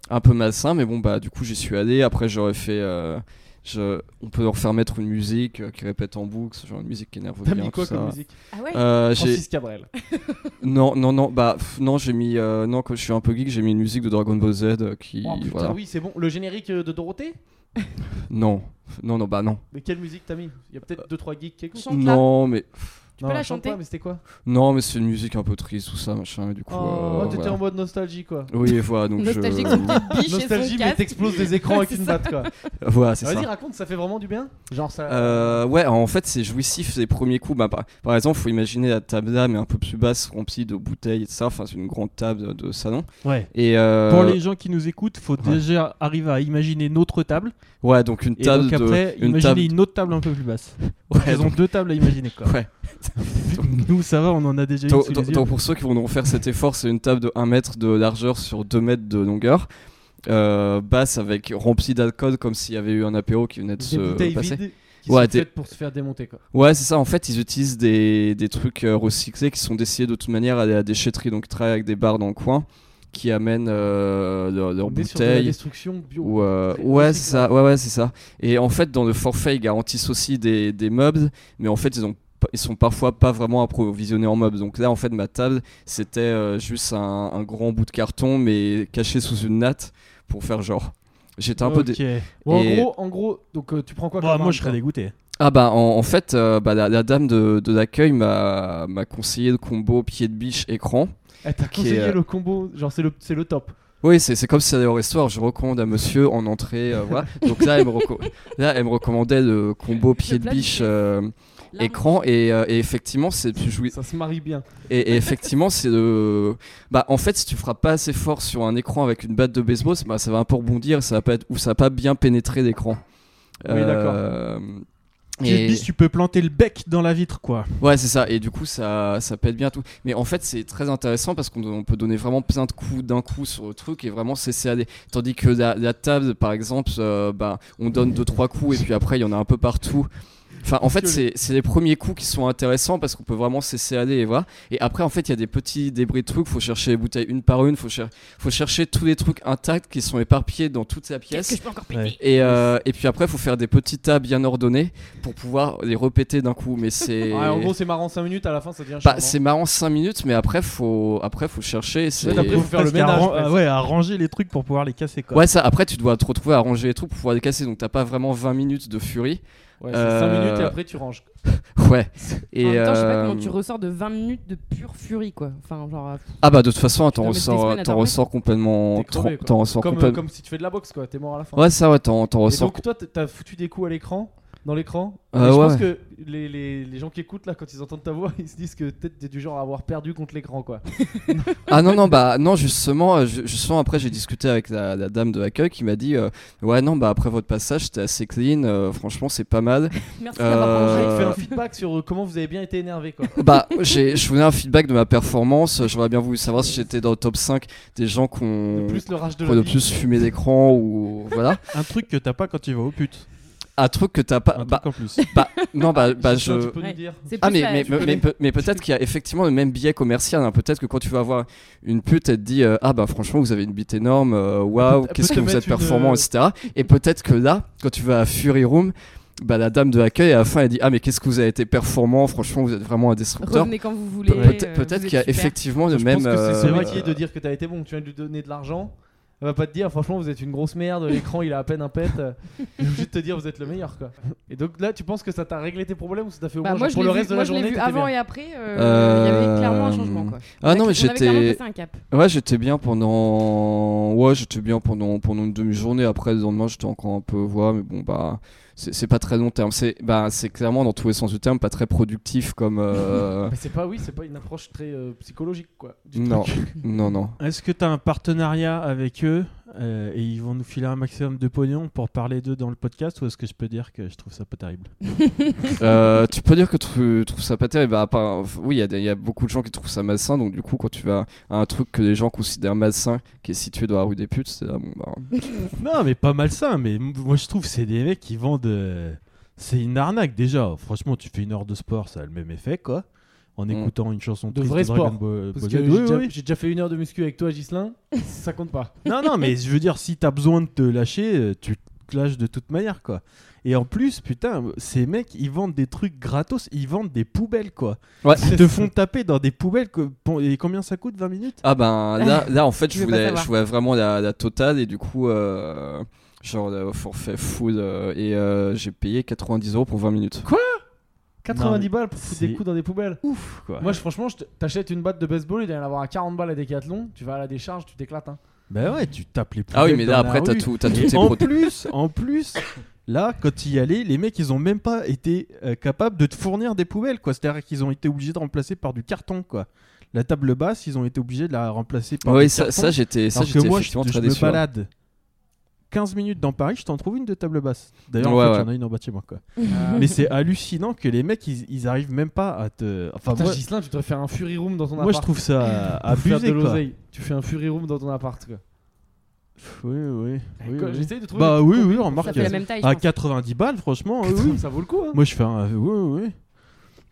Speaker 6: un peu malsain, mais bon, bah, du coup, j'y suis allé. Après, j'aurais fait euh, Je- on peut leur faire mettre une musique euh, qui répète en boucle, ce genre de musique qui énerve
Speaker 1: T'as
Speaker 6: bien.
Speaker 1: mis
Speaker 6: tout
Speaker 1: quoi
Speaker 6: ça.
Speaker 1: comme musique
Speaker 2: Ah ouais
Speaker 6: Euh, j'ai-
Speaker 1: Francis Cabrel.
Speaker 6: Non, non, non, bah pff, non, j'ai mis euh, non, quand je suis un peu geek, j'ai mis une musique de Dragon Ball Z euh, qui
Speaker 1: Oh, putain,
Speaker 6: voilà.
Speaker 1: oui, c'est bon. Le générique euh, de Dorothée
Speaker 6: Non, non, non, bah non.
Speaker 1: Mais quelle musique t'as mis Il y a peut-être 2-3 geeks qui écoutent.
Speaker 2: Chante
Speaker 6: Non, mais
Speaker 1: Tu
Speaker 2: peux la chanter
Speaker 1: mais c'était quoi
Speaker 6: non, mais c'est une musique un peu triste tout ça, machin. Et du coup,
Speaker 2: Oh,
Speaker 6: euh,
Speaker 1: Oh, t'étais
Speaker 6: voilà.
Speaker 1: en mode nostalgie quoi.
Speaker 6: Oui, voilà, donc
Speaker 2: Nostalgique,
Speaker 6: je...
Speaker 2: c'est une petite biche et son
Speaker 1: Nostalgie, mais
Speaker 2: casque.
Speaker 1: t'exploses des écrans avec
Speaker 2: C'est
Speaker 1: une
Speaker 2: ça.
Speaker 1: batte quoi.
Speaker 6: Voilà, c'est ça.
Speaker 1: Vas-y, raconte, ça fait vraiment du bien Genre ça.
Speaker 6: Euh, ouais, en fait, c'est jouissif les premiers coups. Bah, par, par exemple, faut imaginer la table là, mais un peu plus basse, remplie de bouteilles et de ça. Enfin, c'est une grande table de salon.
Speaker 7: Ouais.
Speaker 6: Et euh,
Speaker 7: Pour les gens qui nous écoutent, faut
Speaker 6: ouais.
Speaker 7: déjà arriver à imaginer notre table.
Speaker 6: ouais, donc une
Speaker 7: Et
Speaker 6: table
Speaker 7: donc après,
Speaker 6: de, une
Speaker 7: imaginer
Speaker 6: table.
Speaker 7: une autre table un peu plus basse.
Speaker 6: Ouais,
Speaker 7: Ils ont
Speaker 6: donc,
Speaker 7: deux tables à imaginer quoi.
Speaker 6: ouais.
Speaker 7: Nous ça va, on en a déjà eu
Speaker 6: Donc-
Speaker 7: sous
Speaker 6: donc-
Speaker 7: les yeux.
Speaker 6: donc pour ceux qui vont faire cet effort, c'est une table de 1 mètre de largeur sur 2 mètres de longueur. Euh, basse avec remplie d'alcool comme s'il y avait eu un apéro qui venait de
Speaker 1: des
Speaker 6: se
Speaker 1: bouteilles
Speaker 6: passer.
Speaker 1: vides qui
Speaker 6: Ouais,
Speaker 1: sont
Speaker 6: t'es-
Speaker 1: faites pour se faire démonter quoi.
Speaker 6: Ouais, c'est ça. En fait, ils utilisent des, des trucs euh, recyclés qui sont destinés de toute manière à la déchetterie. Donc, ils travaillent avec des bars dans le coin qui amènent euh, leurs leurs
Speaker 1: On est sur de la
Speaker 6: bouteilles.
Speaker 1: destruction bio.
Speaker 6: Ou, euh,
Speaker 1: Très
Speaker 6: ouais,
Speaker 1: recyclable.
Speaker 6: c'est ça. Ouais, ouais, c'est ça. Et en fait, dans le forfait, ils garantissent aussi des, des meubles, mais en fait, ils ont pas- ils sont parfois pas vraiment approvisionnés en meubles. Donc là, en fait, ma table, c'était euh, juste un, un grand bout de carton, mais caché sous une natte pour faire genre. J'étais un peu. dé-
Speaker 7: Ok.
Speaker 1: Bon, en
Speaker 6: Et-
Speaker 1: gros, en gros, donc euh, tu prends quoi
Speaker 7: Bon,
Speaker 1: comme
Speaker 7: moi
Speaker 1: arme,
Speaker 7: je serais
Speaker 1: toi
Speaker 7: dégoûté.
Speaker 6: Ah bah en, en fait euh, bah, la, la dame de, de l'accueil m'a m'a conseillé le combo pied de biche écran.
Speaker 1: Eh, T'as
Speaker 6: qui est,
Speaker 1: conseillé
Speaker 6: euh,
Speaker 1: le combo, genre c'est le, c'est le top.
Speaker 6: Oui c'est c'est comme si c'était au restaurant, je recommande à monsieur en entrée, euh, voilà. Donc là elle, me reco- là elle me recommandait le combo pied de
Speaker 2: plat de
Speaker 6: biche
Speaker 2: biche.
Speaker 6: euh,
Speaker 2: Là,
Speaker 6: écran et, euh, et effectivement c'est plus joui-
Speaker 1: Ça se marie bien.
Speaker 6: et, et effectivement c'est le... Bah en fait si tu frappes pas assez fort sur un écran avec une batte de baseball, c'est- bah, ça va un peu rebondir, ça va pas être... ou ça va pas bien pénétrer l'écran.
Speaker 1: Oui, d'accord.
Speaker 6: Euh,
Speaker 7: Pied
Speaker 6: et-
Speaker 7: de biche, tu peux planter le bec dans la vitre quoi.
Speaker 6: Ouais, c'est ça. Et du coup, ça, ça pète bien tout. Mais en fait, c'est très intéressant parce qu'on on peut donner vraiment plein de coups d'un coup sur le truc et vraiment cesser aller. Tandis que la, la table, par exemple, euh, bah, on donne deux trois coups et puis après, il y en a un peu partout. Enfin, en fait, c'est c'est les premiers coups qui sont intéressants parce qu'on peut vraiment cesser aller et voilà. Et après, en fait, il y a des petits débris de trucs. Faut chercher les bouteilles une par une. Faut, cher- faut chercher tous les trucs intacts qui sont éparpillés dans toute la
Speaker 2: Qu'est-ce
Speaker 6: pièce.
Speaker 2: que je peux encore péter
Speaker 7: Ouais.
Speaker 6: Et, euh, et puis après, faut faire des petits tas bien ordonnés pour pouvoir les répéter d'un coup. Mais c'est.
Speaker 1: Ouais, en gros, c'est marrant 5 minutes, à la fin ça devient
Speaker 6: Bah,
Speaker 1: charmant.
Speaker 6: c'est marrant 5 minutes, mais après, faut, après, faut chercher. C'est...
Speaker 1: Ouais, après, faut faire le
Speaker 7: Parce qu'à
Speaker 1: ménage,
Speaker 7: ran-
Speaker 1: presque.
Speaker 7: ah ouais, à ranger les trucs pour pouvoir les casser quoi.
Speaker 6: Ouais, ça, après, tu dois te retrouver à ranger les trucs pour pouvoir les casser, donc t'as pas vraiment 20 minutes de furie.
Speaker 1: hein. Ouais, c'est 5
Speaker 6: euh,
Speaker 1: minutes et après tu ranges.
Speaker 6: Ouais. Et
Speaker 2: en même temps, je sais pas
Speaker 6: euh,
Speaker 2: comment tu ressors de 20 minutes de pure furie, quoi. Enfin, genre, euh,
Speaker 6: Ah bah, de toute façon, t'en
Speaker 2: dois mettre des
Speaker 6: ressors,
Speaker 2: semaines à
Speaker 6: t'en
Speaker 2: dormir.
Speaker 6: ressors complètement.
Speaker 1: T'es crevé,
Speaker 6: tran-
Speaker 1: quoi.
Speaker 6: T'en ressors
Speaker 1: Comme, euh,
Speaker 6: complètement.
Speaker 1: comme si tu fais de la boxe, quoi. T'es mort à la fin.
Speaker 6: Ouais, ça, ouais, t'en, t'en
Speaker 1: Et
Speaker 6: ressors.
Speaker 1: donc toi, t- t'as foutu des coups à l'écran, dans l'écran.
Speaker 6: Euh,
Speaker 1: Et je
Speaker 6: ouais.
Speaker 1: pense que les, les, les gens qui écoutent là, quand ils entendent ta voix, ils se disent que peut-être t'es du genre à avoir perdu contre l'écran, quoi.
Speaker 6: Ah non, non, bah non, justement, euh, ju- justement après j'ai discuté avec la, la dame de l'accueil qui m'a dit euh, Ouais, non, bah après votre passage, c'était assez clean, euh, franchement, c'est pas mal.
Speaker 2: merci
Speaker 6: Euh,
Speaker 2: d'avoir
Speaker 1: Je
Speaker 2: mangé.
Speaker 1: te fais un feedback sur euh, comment vous avez bien été énervé, quoi.
Speaker 6: Bah, j'ai, je voulais un feedback de ma performance. J'aurais bien voulu savoir si j'étais dans le top 5 des gens qui
Speaker 1: De
Speaker 6: ont
Speaker 1: plus le rage de
Speaker 6: qui
Speaker 1: la
Speaker 6: ont le
Speaker 1: vie.
Speaker 6: plus fumé d'écran ou voilà.
Speaker 7: Un truc que t'as pas quand tu vas au pute.
Speaker 6: Un truc que t'as
Speaker 1: Ah,
Speaker 6: pas.
Speaker 7: Un
Speaker 6: Bah,
Speaker 7: truc en plus.
Speaker 6: bah, non, bah, bah,
Speaker 1: Sinon,
Speaker 6: je.
Speaker 1: Tu peux nous
Speaker 2: Ouais.
Speaker 1: dire.
Speaker 2: C'est
Speaker 6: Ah
Speaker 2: plus
Speaker 6: mais,
Speaker 2: la-
Speaker 6: mais,
Speaker 2: tu
Speaker 6: mais,
Speaker 2: connais.
Speaker 6: mais peut- mais peut-être qu'il y a effectivement le même biais commercial. hein. Peut-être que quand tu vas voir une pute, elle te dit euh, ah bah franchement vous avez une bite énorme, euh, waouh
Speaker 1: peut
Speaker 6: qu'est-ce
Speaker 1: te
Speaker 6: que vous
Speaker 1: mettre
Speaker 6: êtes performant
Speaker 1: une- euh,
Speaker 6: etc. Et peut-être que là quand tu vas à Fury Room, bah la dame de l'accueil à la fin elle dit ah mais qu'est-ce que vous avez été performant, franchement vous êtes vraiment un destructeur.
Speaker 2: Revenez quand vous voulez.
Speaker 6: Pe- peut-
Speaker 2: euh,
Speaker 6: peut-être
Speaker 2: vous
Speaker 6: qu'il y a
Speaker 2: êtes super.
Speaker 6: effectivement le
Speaker 1: Je
Speaker 6: même.
Speaker 1: pense que c'est
Speaker 6: euh,
Speaker 1: celui qui est de dire que t'as été bon. Tu viens de lui donner de l'argent. Elle va pas te dire, franchement, vous êtes une grosse merde, l'écran il a à peine un pet. Elle est obligée de te dire, vous êtes le meilleur quoi. Et donc là, tu penses que ça t'a réglé tes problèmes ou ça t'a fait au
Speaker 2: Bah,
Speaker 1: moins
Speaker 2: moi,
Speaker 1: genre,
Speaker 2: je
Speaker 1: pour
Speaker 2: l'ai
Speaker 1: le
Speaker 2: vu-
Speaker 1: reste de
Speaker 2: moi,
Speaker 1: la
Speaker 2: je l'ai
Speaker 1: journée
Speaker 2: vu
Speaker 1: t'étais
Speaker 2: avant
Speaker 1: bien.
Speaker 2: et après, euh, il y
Speaker 6: Euh,
Speaker 2: avait clairement un changement. Quoi.
Speaker 6: Ah
Speaker 2: On
Speaker 6: non mais
Speaker 2: avait clairement
Speaker 6: j'étais.
Speaker 2: passé un cap.
Speaker 6: Ouais, j'étais bien pendant. Ouais, j'étais bien pendant, pendant une demi-journée. Après, le lendemain, j'étais encore un peu. Ouais, mais bon, bah, c'est c'est pas très long terme. C'est bah, c'est clairement, dans tous les sens du terme, pas très productif comme. euh,
Speaker 1: Mais Bah, c'est pas, oui, c'est pas une approche très euh, psychologique quoi. du
Speaker 6: non,
Speaker 1: truc.
Speaker 6: non, non.
Speaker 7: Est-ce que t'as un partenariat avec eux euh, et ils vont nous filer un maximum de pognon pour parler d'eux dans le podcast ou est-ce que je peux dire que je trouve ça pas terrible
Speaker 6: Euh, tu peux dire que tu trouves ça pas terrible. Bah, à part- oui, il y a des- il y, a beaucoup de gens qui trouvent ça malsain. Donc, du coup, quand tu vas à un truc que les gens considèrent malsain, qui est situé dans la rue des putes, c'est là, bon, bah.
Speaker 7: Non, mais pas malsain, mais m- moi je trouve que c'est des mecs qui vendent. euh, C'est une arnaque déjà. Franchement, tu fais une heure de sport, ça a le même effet quoi. En écoutant une chanson
Speaker 1: De
Speaker 7: triste
Speaker 1: vrai
Speaker 7: Dragon
Speaker 1: sport.
Speaker 7: Ball-
Speaker 1: Parce
Speaker 7: Ball
Speaker 1: que
Speaker 7: Z.
Speaker 1: j'ai
Speaker 7: Oui,
Speaker 1: déjà,
Speaker 7: oui, oui.
Speaker 1: j'ai déjà fait une heure de muscu avec toi, Gislin. ça compte pas.
Speaker 7: Non, non, mais je veux dire, si t'as besoin de te lâcher, euh, tu
Speaker 3: clash de toute manière, quoi. Et en plus, putain, ces mecs, ils vendent des trucs gratos, ils vendent des poubelles, quoi.
Speaker 6: Ouais.
Speaker 3: Ils te font taper dans des poubelles. que- pour- Et combien ça coûte 20 minutes
Speaker 6: Ah ben là, là en fait
Speaker 2: Je
Speaker 6: je
Speaker 2: veux pas
Speaker 6: voulais,
Speaker 2: savoir.
Speaker 6: je voulais vraiment la, la totale et du coup euh, genre le forfait food euh, et euh, j'ai payé 90 euros pour 20 minutes.
Speaker 1: 90
Speaker 3: mais
Speaker 1: balles pour foutre
Speaker 3: c'est-
Speaker 1: des coups dans des poubelles.
Speaker 3: Ouf, quoi.
Speaker 1: Moi, je- franchement, je t- t'achètes une batte de baseball, il doit y en avoir à 40 balles à Decathlon, tu vas à la décharge, tu t'éclates. Hein.
Speaker 3: Bah ouais, tu tapes les poubelles.
Speaker 6: Ah oui mais là
Speaker 3: dans la
Speaker 6: après t'as
Speaker 3: rue.
Speaker 6: tout, t'as tous
Speaker 3: Et
Speaker 6: tes
Speaker 3: en
Speaker 6: produits.
Speaker 3: plus, en plus, là, quand il y allait, les mecs, ils ont même pas été euh, capables de te fournir des poubelles, quoi. C'est-à-dire qu'ils ont été obligés de remplacer par du carton, quoi. La table basse, ils ont été obligés de la remplacer par.
Speaker 6: Oui
Speaker 3: du
Speaker 6: ça,
Speaker 3: carton,
Speaker 6: ça j'étais ça
Speaker 3: alors que
Speaker 6: j'étais
Speaker 3: moi, je,
Speaker 6: effectivement
Speaker 3: je
Speaker 6: très
Speaker 3: me
Speaker 6: déçu. hein. ouais.
Speaker 3: balade 15 minutes dans Paris, je t'en trouve une de table basse. D'ailleurs,
Speaker 6: Ouais,
Speaker 3: en fait,
Speaker 6: ouais.
Speaker 3: j'en ai une en bâtiment, quoi.
Speaker 6: Ah
Speaker 3: Mais c'est hallucinant que les mecs, ils, ils arrivent même pas à te. Enfin,
Speaker 1: Putain,
Speaker 3: moi,
Speaker 1: Ghislain, tu devrais faire un Fury Room dans ton
Speaker 3: moi, je
Speaker 1: appart.
Speaker 3: trouve ça
Speaker 1: pour faire
Speaker 3: abusé,
Speaker 1: de
Speaker 3: quoi.
Speaker 1: l'oseille. Tu fais un Fury Room dans ton appart. Quoi.
Speaker 3: Oui, oui. oui,
Speaker 1: Quoi,
Speaker 3: oui.
Speaker 1: J'essaye de trouver.
Speaker 3: Bah oui, oui,
Speaker 2: Ça
Speaker 3: remarque.
Speaker 2: fait la même taille. je
Speaker 6: Ah,
Speaker 3: À
Speaker 2: pense.
Speaker 3: 90 balles, franchement, oui,
Speaker 1: des-
Speaker 3: oui.
Speaker 1: Ça vaut le coup. Hein.
Speaker 3: Moi, je fais un. euh, Oui, oui.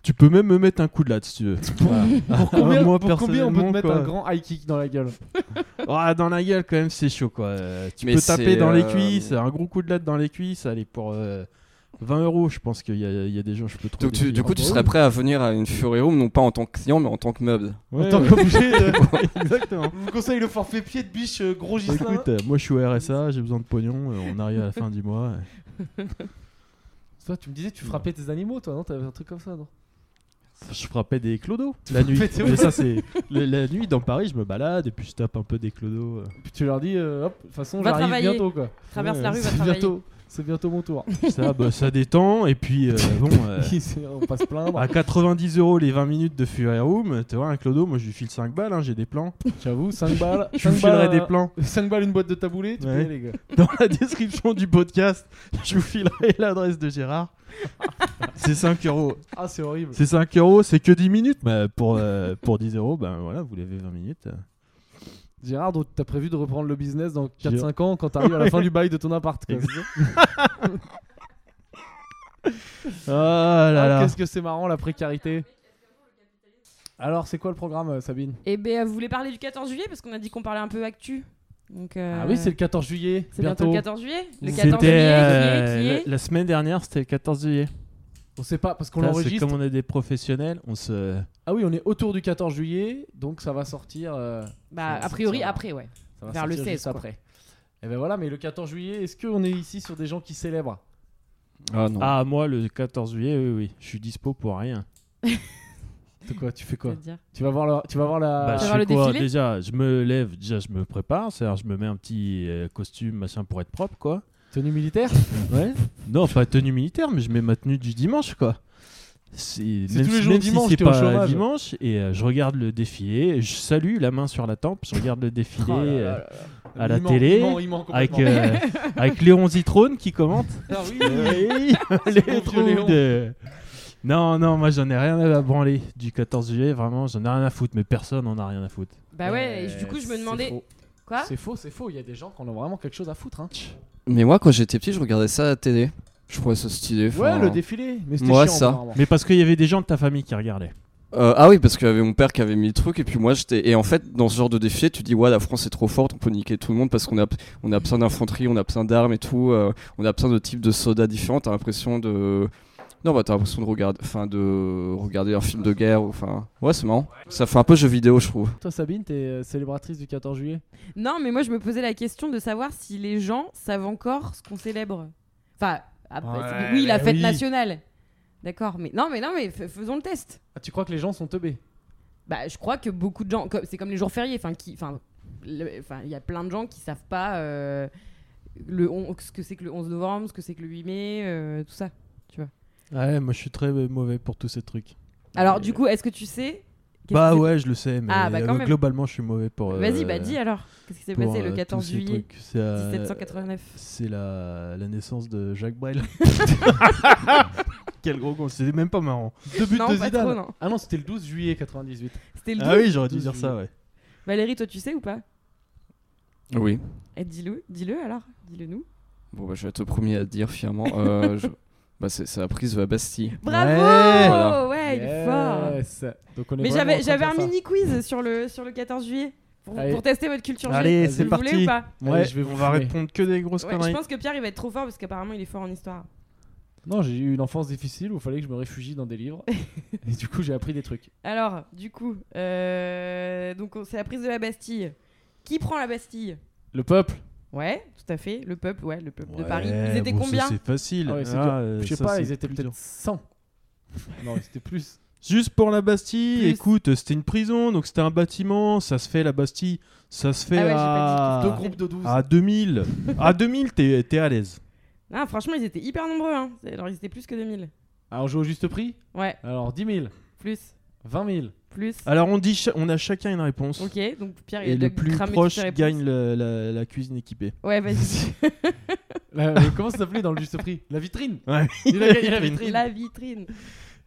Speaker 3: Tu peux même me mettre un coup de latte si tu veux.
Speaker 1: Pour combien,
Speaker 3: Moi,
Speaker 1: pour combien on peut te
Speaker 3: personnellement,
Speaker 1: mettre
Speaker 3: quoi.
Speaker 1: un grand high kick dans la gueule
Speaker 3: Ah, dans la gueule, quand même, c'est chaud quoi. Euh, tu
Speaker 6: Mais
Speaker 3: peux
Speaker 6: c'est,
Speaker 3: taper dans les
Speaker 6: euh,
Speaker 3: cuisses, un gros coup de latte dans les cuisses, allez, pour euh, 20 euros, je pense qu'il y, a- il y a des gens, je peux trouver.
Speaker 6: Donc tu-
Speaker 3: des
Speaker 6: du coup tu
Speaker 3: filles.
Speaker 6: serais prêt à venir à une Fury Room non pas en tant que client mais en tant que meuble.
Speaker 3: Ouais,
Speaker 1: En tant
Speaker 3: ouais,
Speaker 1: qu'objet, euh,
Speaker 3: Exactement.
Speaker 1: je vous conseille le forfait pied de biche euh, gros
Speaker 3: Bah,
Speaker 1: Ghislain.
Speaker 3: écoute, euh, moi je suis au RSA, j'ai besoin de pognon, euh, on arrive à la fin du mois. euh.
Speaker 1: hein Toi, tu me disais, tu frappais tes animaux, toi, non T'avais un truc comme ça, non
Speaker 3: Je frappais des clodos la nuit.
Speaker 1: frappais des-
Speaker 3: Mais ça, c'est. le- La nuit dans Paris, je me balade et puis je tape un peu des clodos. euh.
Speaker 1: Puis tu leur dis, euh, hop, de toute façon,
Speaker 2: Va
Speaker 1: j'arrive
Speaker 2: travailler.
Speaker 1: bientôt, quoi.
Speaker 2: Traverse la rue, va
Speaker 1: C'est
Speaker 2: travailler.
Speaker 1: bientôt, c'est bientôt mon tour.
Speaker 3: Ça, bah, ça détend et puis euh, bon. euh,
Speaker 1: C'est- on passe plaindre.
Speaker 3: À 90 euros les 20 minutes de Fury Room, tu vois, un clodo, moi je lui file 5 balles, hein, j'ai des plans.
Speaker 1: J'avoue, 5 balles.
Speaker 3: Je vous filerai des plans
Speaker 1: 5 balles une boîte de taboulé, tu
Speaker 3: Ouais.
Speaker 1: peux y aller, gars.
Speaker 3: dans la description du podcast. Je vous filerai l'adresse de Gérard. C'est 5 euros.
Speaker 1: Ah, c'est horrible.
Speaker 3: C'est 5 euros, c'est que 10 minutes. Bah, pour, euh, pour 10 euros, ben voilà, vous l'avez 20 minutes.
Speaker 1: Gérard, donc t'as prévu de reprendre le business dans
Speaker 3: Gérard.
Speaker 1: 4-5 ans quand t'arrives à la fin du bail de ton appart. quoi.
Speaker 3: Ah là
Speaker 1: Ah,
Speaker 3: là.
Speaker 1: Qu'est-ce que c'est marrant la précarité. Alors, c'est quoi le programme, euh, Sabine
Speaker 2: Eh ben, vous voulez parler du 14 juillet parce qu'on a dit qu'on parlait un peu actu. Donc, euh,
Speaker 1: Ah oui, c'est le 14 juillet.
Speaker 2: c'est bientôt
Speaker 1: Bientôt.
Speaker 2: le 14 juillet. Le 14
Speaker 3: C'était
Speaker 2: juillet,
Speaker 3: euh,
Speaker 2: qui est, qui
Speaker 3: la,
Speaker 2: est
Speaker 3: la semaine dernière, c'était le 14 juillet.
Speaker 1: On sait pas parce qu'on
Speaker 3: Là, C'est
Speaker 1: l'enregistre.
Speaker 3: comme on est des professionnels, on se.
Speaker 1: Ah oui, on est autour du 14 juillet, donc ça va sortir. euh,
Speaker 2: Bah,
Speaker 1: Ça
Speaker 2: a priori,
Speaker 1: sortira.
Speaker 2: après, ouais.
Speaker 1: ça va
Speaker 2: Vers le
Speaker 1: sortir
Speaker 2: 16,
Speaker 1: juste
Speaker 2: quoi.
Speaker 1: après. Et ben voilà, mais le 14 juillet, est-ce qu'on est ici sur des gens qui célèbrent
Speaker 6: Ah non.
Speaker 3: Ah, moi, le 14 juillet, oui, oui, je suis dispo pour rien.
Speaker 1: De quoi Tu fais quoi
Speaker 2: C'est-à-dire
Speaker 1: Tu vas voir la. Tu vas voir la.
Speaker 3: Bah, je
Speaker 2: voir
Speaker 3: fais
Speaker 2: le
Speaker 3: quoi
Speaker 2: défilé
Speaker 3: Déjà, je me lève, déjà, je me prépare, c'est-à-dire, je me mets un petit euh, costume, machin, pour être propre, quoi.
Speaker 1: Tenue militaire
Speaker 3: Ouais. Non, pas tenue militaire, mais je mets ma tenue du dimanche, quoi. C'est même,
Speaker 1: tous les
Speaker 3: si-
Speaker 1: jours
Speaker 3: même
Speaker 1: dimanche,
Speaker 3: si c'est
Speaker 1: t'es au
Speaker 3: pas
Speaker 1: chômage.
Speaker 3: dimanche et euh, je regarde le défilé, je salue la main sur la tempe, je regarde le défilé
Speaker 1: Oh là là
Speaker 3: euh,
Speaker 1: là là.
Speaker 3: à la
Speaker 1: Il ment,
Speaker 3: télé,
Speaker 1: il ment, il ment
Speaker 3: avec
Speaker 1: complètement.
Speaker 3: euh, avec Léon Zitrone qui commente.
Speaker 1: Ah oui,
Speaker 3: Oui,
Speaker 1: bon
Speaker 3: les
Speaker 1: vieux
Speaker 3: trous
Speaker 1: Léon.
Speaker 3: de- Non, non, moi j'en ai rien à branler du 14 juillet, vraiment, j'en ai rien à foutre, mais personne en a rien à foutre.
Speaker 2: Bah ouais, et du coup, je me
Speaker 1: Euh, c'est
Speaker 2: demandais.
Speaker 1: faux.
Speaker 2: Quoi
Speaker 1: C'est faux, c'est faux. Il y a des gens qui en ont vraiment quelque chose à foutre. Hein.
Speaker 6: Mais moi quand j'étais petit je regardais ça à la télé. Je trouvais ça stylé.
Speaker 1: Ouais,
Speaker 6: enfin,
Speaker 3: hein.
Speaker 1: le défilé. Mais c'était
Speaker 6: Moi,
Speaker 1: chiant,
Speaker 6: ça.
Speaker 1: apparemment.
Speaker 3: Mais parce qu'il y avait des gens de ta famille qui regardaient.
Speaker 6: Euh, ah oui, parce qu'il y avait mon père qui avait mis le truc, et puis moi j'étais. Et en fait, dans ce genre de défi, tu dis, ouais, la France est trop forte, on peut niquer tout le monde parce qu'on a, on a besoin d'infanterie, on a besoin d'armes et tout, euh, on a besoin de types de sodas différents, t'as l'impression de. Non, bah t'as l'impression de regarder, enfin, de regarder un film de guerre, ou- enfin. Ouais, c'est marrant. Ça fait un peu jeu vidéo, je trouve.
Speaker 1: Toi, Sabine, t'es euh, célébratrice du 14 juillet.
Speaker 2: Non, mais moi, je me posais la question de savoir si les gens savent encore ce qu'on célèbre. Enfin, après,
Speaker 1: Ouais,
Speaker 2: c'est- oui, la
Speaker 1: bah
Speaker 2: fête
Speaker 1: oui.
Speaker 2: nationale. D'accord, mais non, mais non, mais f- faisons le test.
Speaker 1: Ah, tu crois que les gens sont teubés
Speaker 2: Bah, je crois que beaucoup de gens, co- c'est comme les jours fériés, enfin, qui, enfin, le- enfin, il y a plein de gens qui savent pas euh, le on- ce que c'est que le 11 novembre, ce que c'est que le 8 mai, euh, tout ça.
Speaker 3: Ouais, moi je suis très mauvais pour tous ces trucs.
Speaker 2: Alors, du coup, est-ce que tu sais qu'est-ce
Speaker 3: Bah
Speaker 2: qui s'est-
Speaker 3: ouais, je le sais, mais
Speaker 2: Ah, bah, quand
Speaker 3: euh,
Speaker 2: même.
Speaker 3: globalement, je suis mauvais pour. euh,
Speaker 2: Vas-y, bah dis alors. Qu'est-ce qui s'est
Speaker 3: pour,
Speaker 2: passé
Speaker 3: euh,
Speaker 2: le
Speaker 3: tous
Speaker 2: 14
Speaker 3: ces
Speaker 2: juillet
Speaker 3: trucs. C'est, euh,
Speaker 2: 1789
Speaker 3: C'est la, la naissance de Jacques Brel. Quel gros con, c'était même pas marrant.
Speaker 1: Deux buts
Speaker 2: Non,
Speaker 1: de
Speaker 2: pas
Speaker 1: Zidane.
Speaker 2: trop, non.
Speaker 1: Ah non, c'était le 12 juillet 98.
Speaker 2: C'était le 12.
Speaker 3: Ah oui, j'aurais dû
Speaker 1: 12
Speaker 3: dire ça, ouais.
Speaker 2: Valérie, toi, tu sais ou pas
Speaker 6: Oui.
Speaker 2: Eh, Dis-le, dis-le alors, dis-le nous.
Speaker 6: Bon, bah je vais être le premier à le dire fièrement. Euh, je- Bah, c'est c'est la prise de la Bastille.
Speaker 2: Bravo
Speaker 6: Voilà.
Speaker 2: Ouais, Ah, il est fort
Speaker 1: Yes. Donc on est
Speaker 2: mais
Speaker 1: vraiment en train
Speaker 2: j'avais
Speaker 1: de
Speaker 2: j'avais
Speaker 1: faire
Speaker 2: un
Speaker 1: ça.
Speaker 2: mini quiz sur le, sur le 14 juillet. Pour,
Speaker 1: Allez.
Speaker 2: pour tester votre culture G.
Speaker 3: Allez,
Speaker 2: Vous
Speaker 3: c'est
Speaker 2: le
Speaker 3: parti.
Speaker 2: voulez ou pas
Speaker 1: Ouais,
Speaker 3: Ouais,
Speaker 1: je vais vous
Speaker 3: on va
Speaker 1: fumer.
Speaker 3: répondre que des grosses
Speaker 2: Ouais, Je
Speaker 3: conneries.
Speaker 2: pense que Pierre, il va être trop fort parce qu'apparemment, il est fort en histoire.
Speaker 1: Non, j'ai eu une enfance difficile où il fallait que je me réfugie dans des livres. et du coup, j'ai appris des trucs.
Speaker 2: Alors, du coup, euh, donc on- c'est la prise de la Bastille. Qui prend la Bastille
Speaker 1: Le peuple
Speaker 2: Ouais, tout à fait. Le peuple, ouais, le peuple de
Speaker 3: Ouais,
Speaker 2: Paris. Ils étaient
Speaker 3: bon, ça,
Speaker 2: combien
Speaker 3: C'est facile.
Speaker 1: Ah ouais, c'est
Speaker 3: Ah,
Speaker 1: dur.
Speaker 3: euh,
Speaker 1: Je sais
Speaker 3: ça,
Speaker 1: pas,
Speaker 3: c'est
Speaker 1: ils étaient
Speaker 3: plus
Speaker 1: peut-être
Speaker 3: dur.
Speaker 1: 100. non, ils étaient plus.
Speaker 3: Juste pour la Bastille,
Speaker 2: Plus.
Speaker 3: écoute, c'était une prison, donc c'était un bâtiment, ça se fait la Bastille, ça se fait
Speaker 2: Ah ouais, j'ai pas
Speaker 3: à...
Speaker 1: Deux groupes de 12.
Speaker 3: à 2000. à 2000, t'es t'es à l'aise.
Speaker 2: Ah, franchement, ils étaient hyper nombreux. Hein. C'est- Alors, ils étaient plus que 2000.
Speaker 1: Alors, on joue au juste prix
Speaker 2: Ouais,
Speaker 1: Alors, 10 000,
Speaker 2: plus,
Speaker 1: 20 000.
Speaker 2: plus.
Speaker 3: Alors on dit, cha- on a chacun une réponse.
Speaker 2: Ok, donc Pierre,
Speaker 3: Ah. Et
Speaker 2: il a
Speaker 3: le
Speaker 2: dû
Speaker 3: plus
Speaker 2: cramer
Speaker 3: proche
Speaker 2: toutes les
Speaker 3: gagne
Speaker 2: réponses.
Speaker 3: le- la, la cuisine équipée.
Speaker 2: Ouais, vas-y.
Speaker 1: La- euh, comment ça s'appelait dans le juste prix La vitrine
Speaker 3: Ouais.
Speaker 1: Il a gagné la vitrine.
Speaker 2: la vitrine.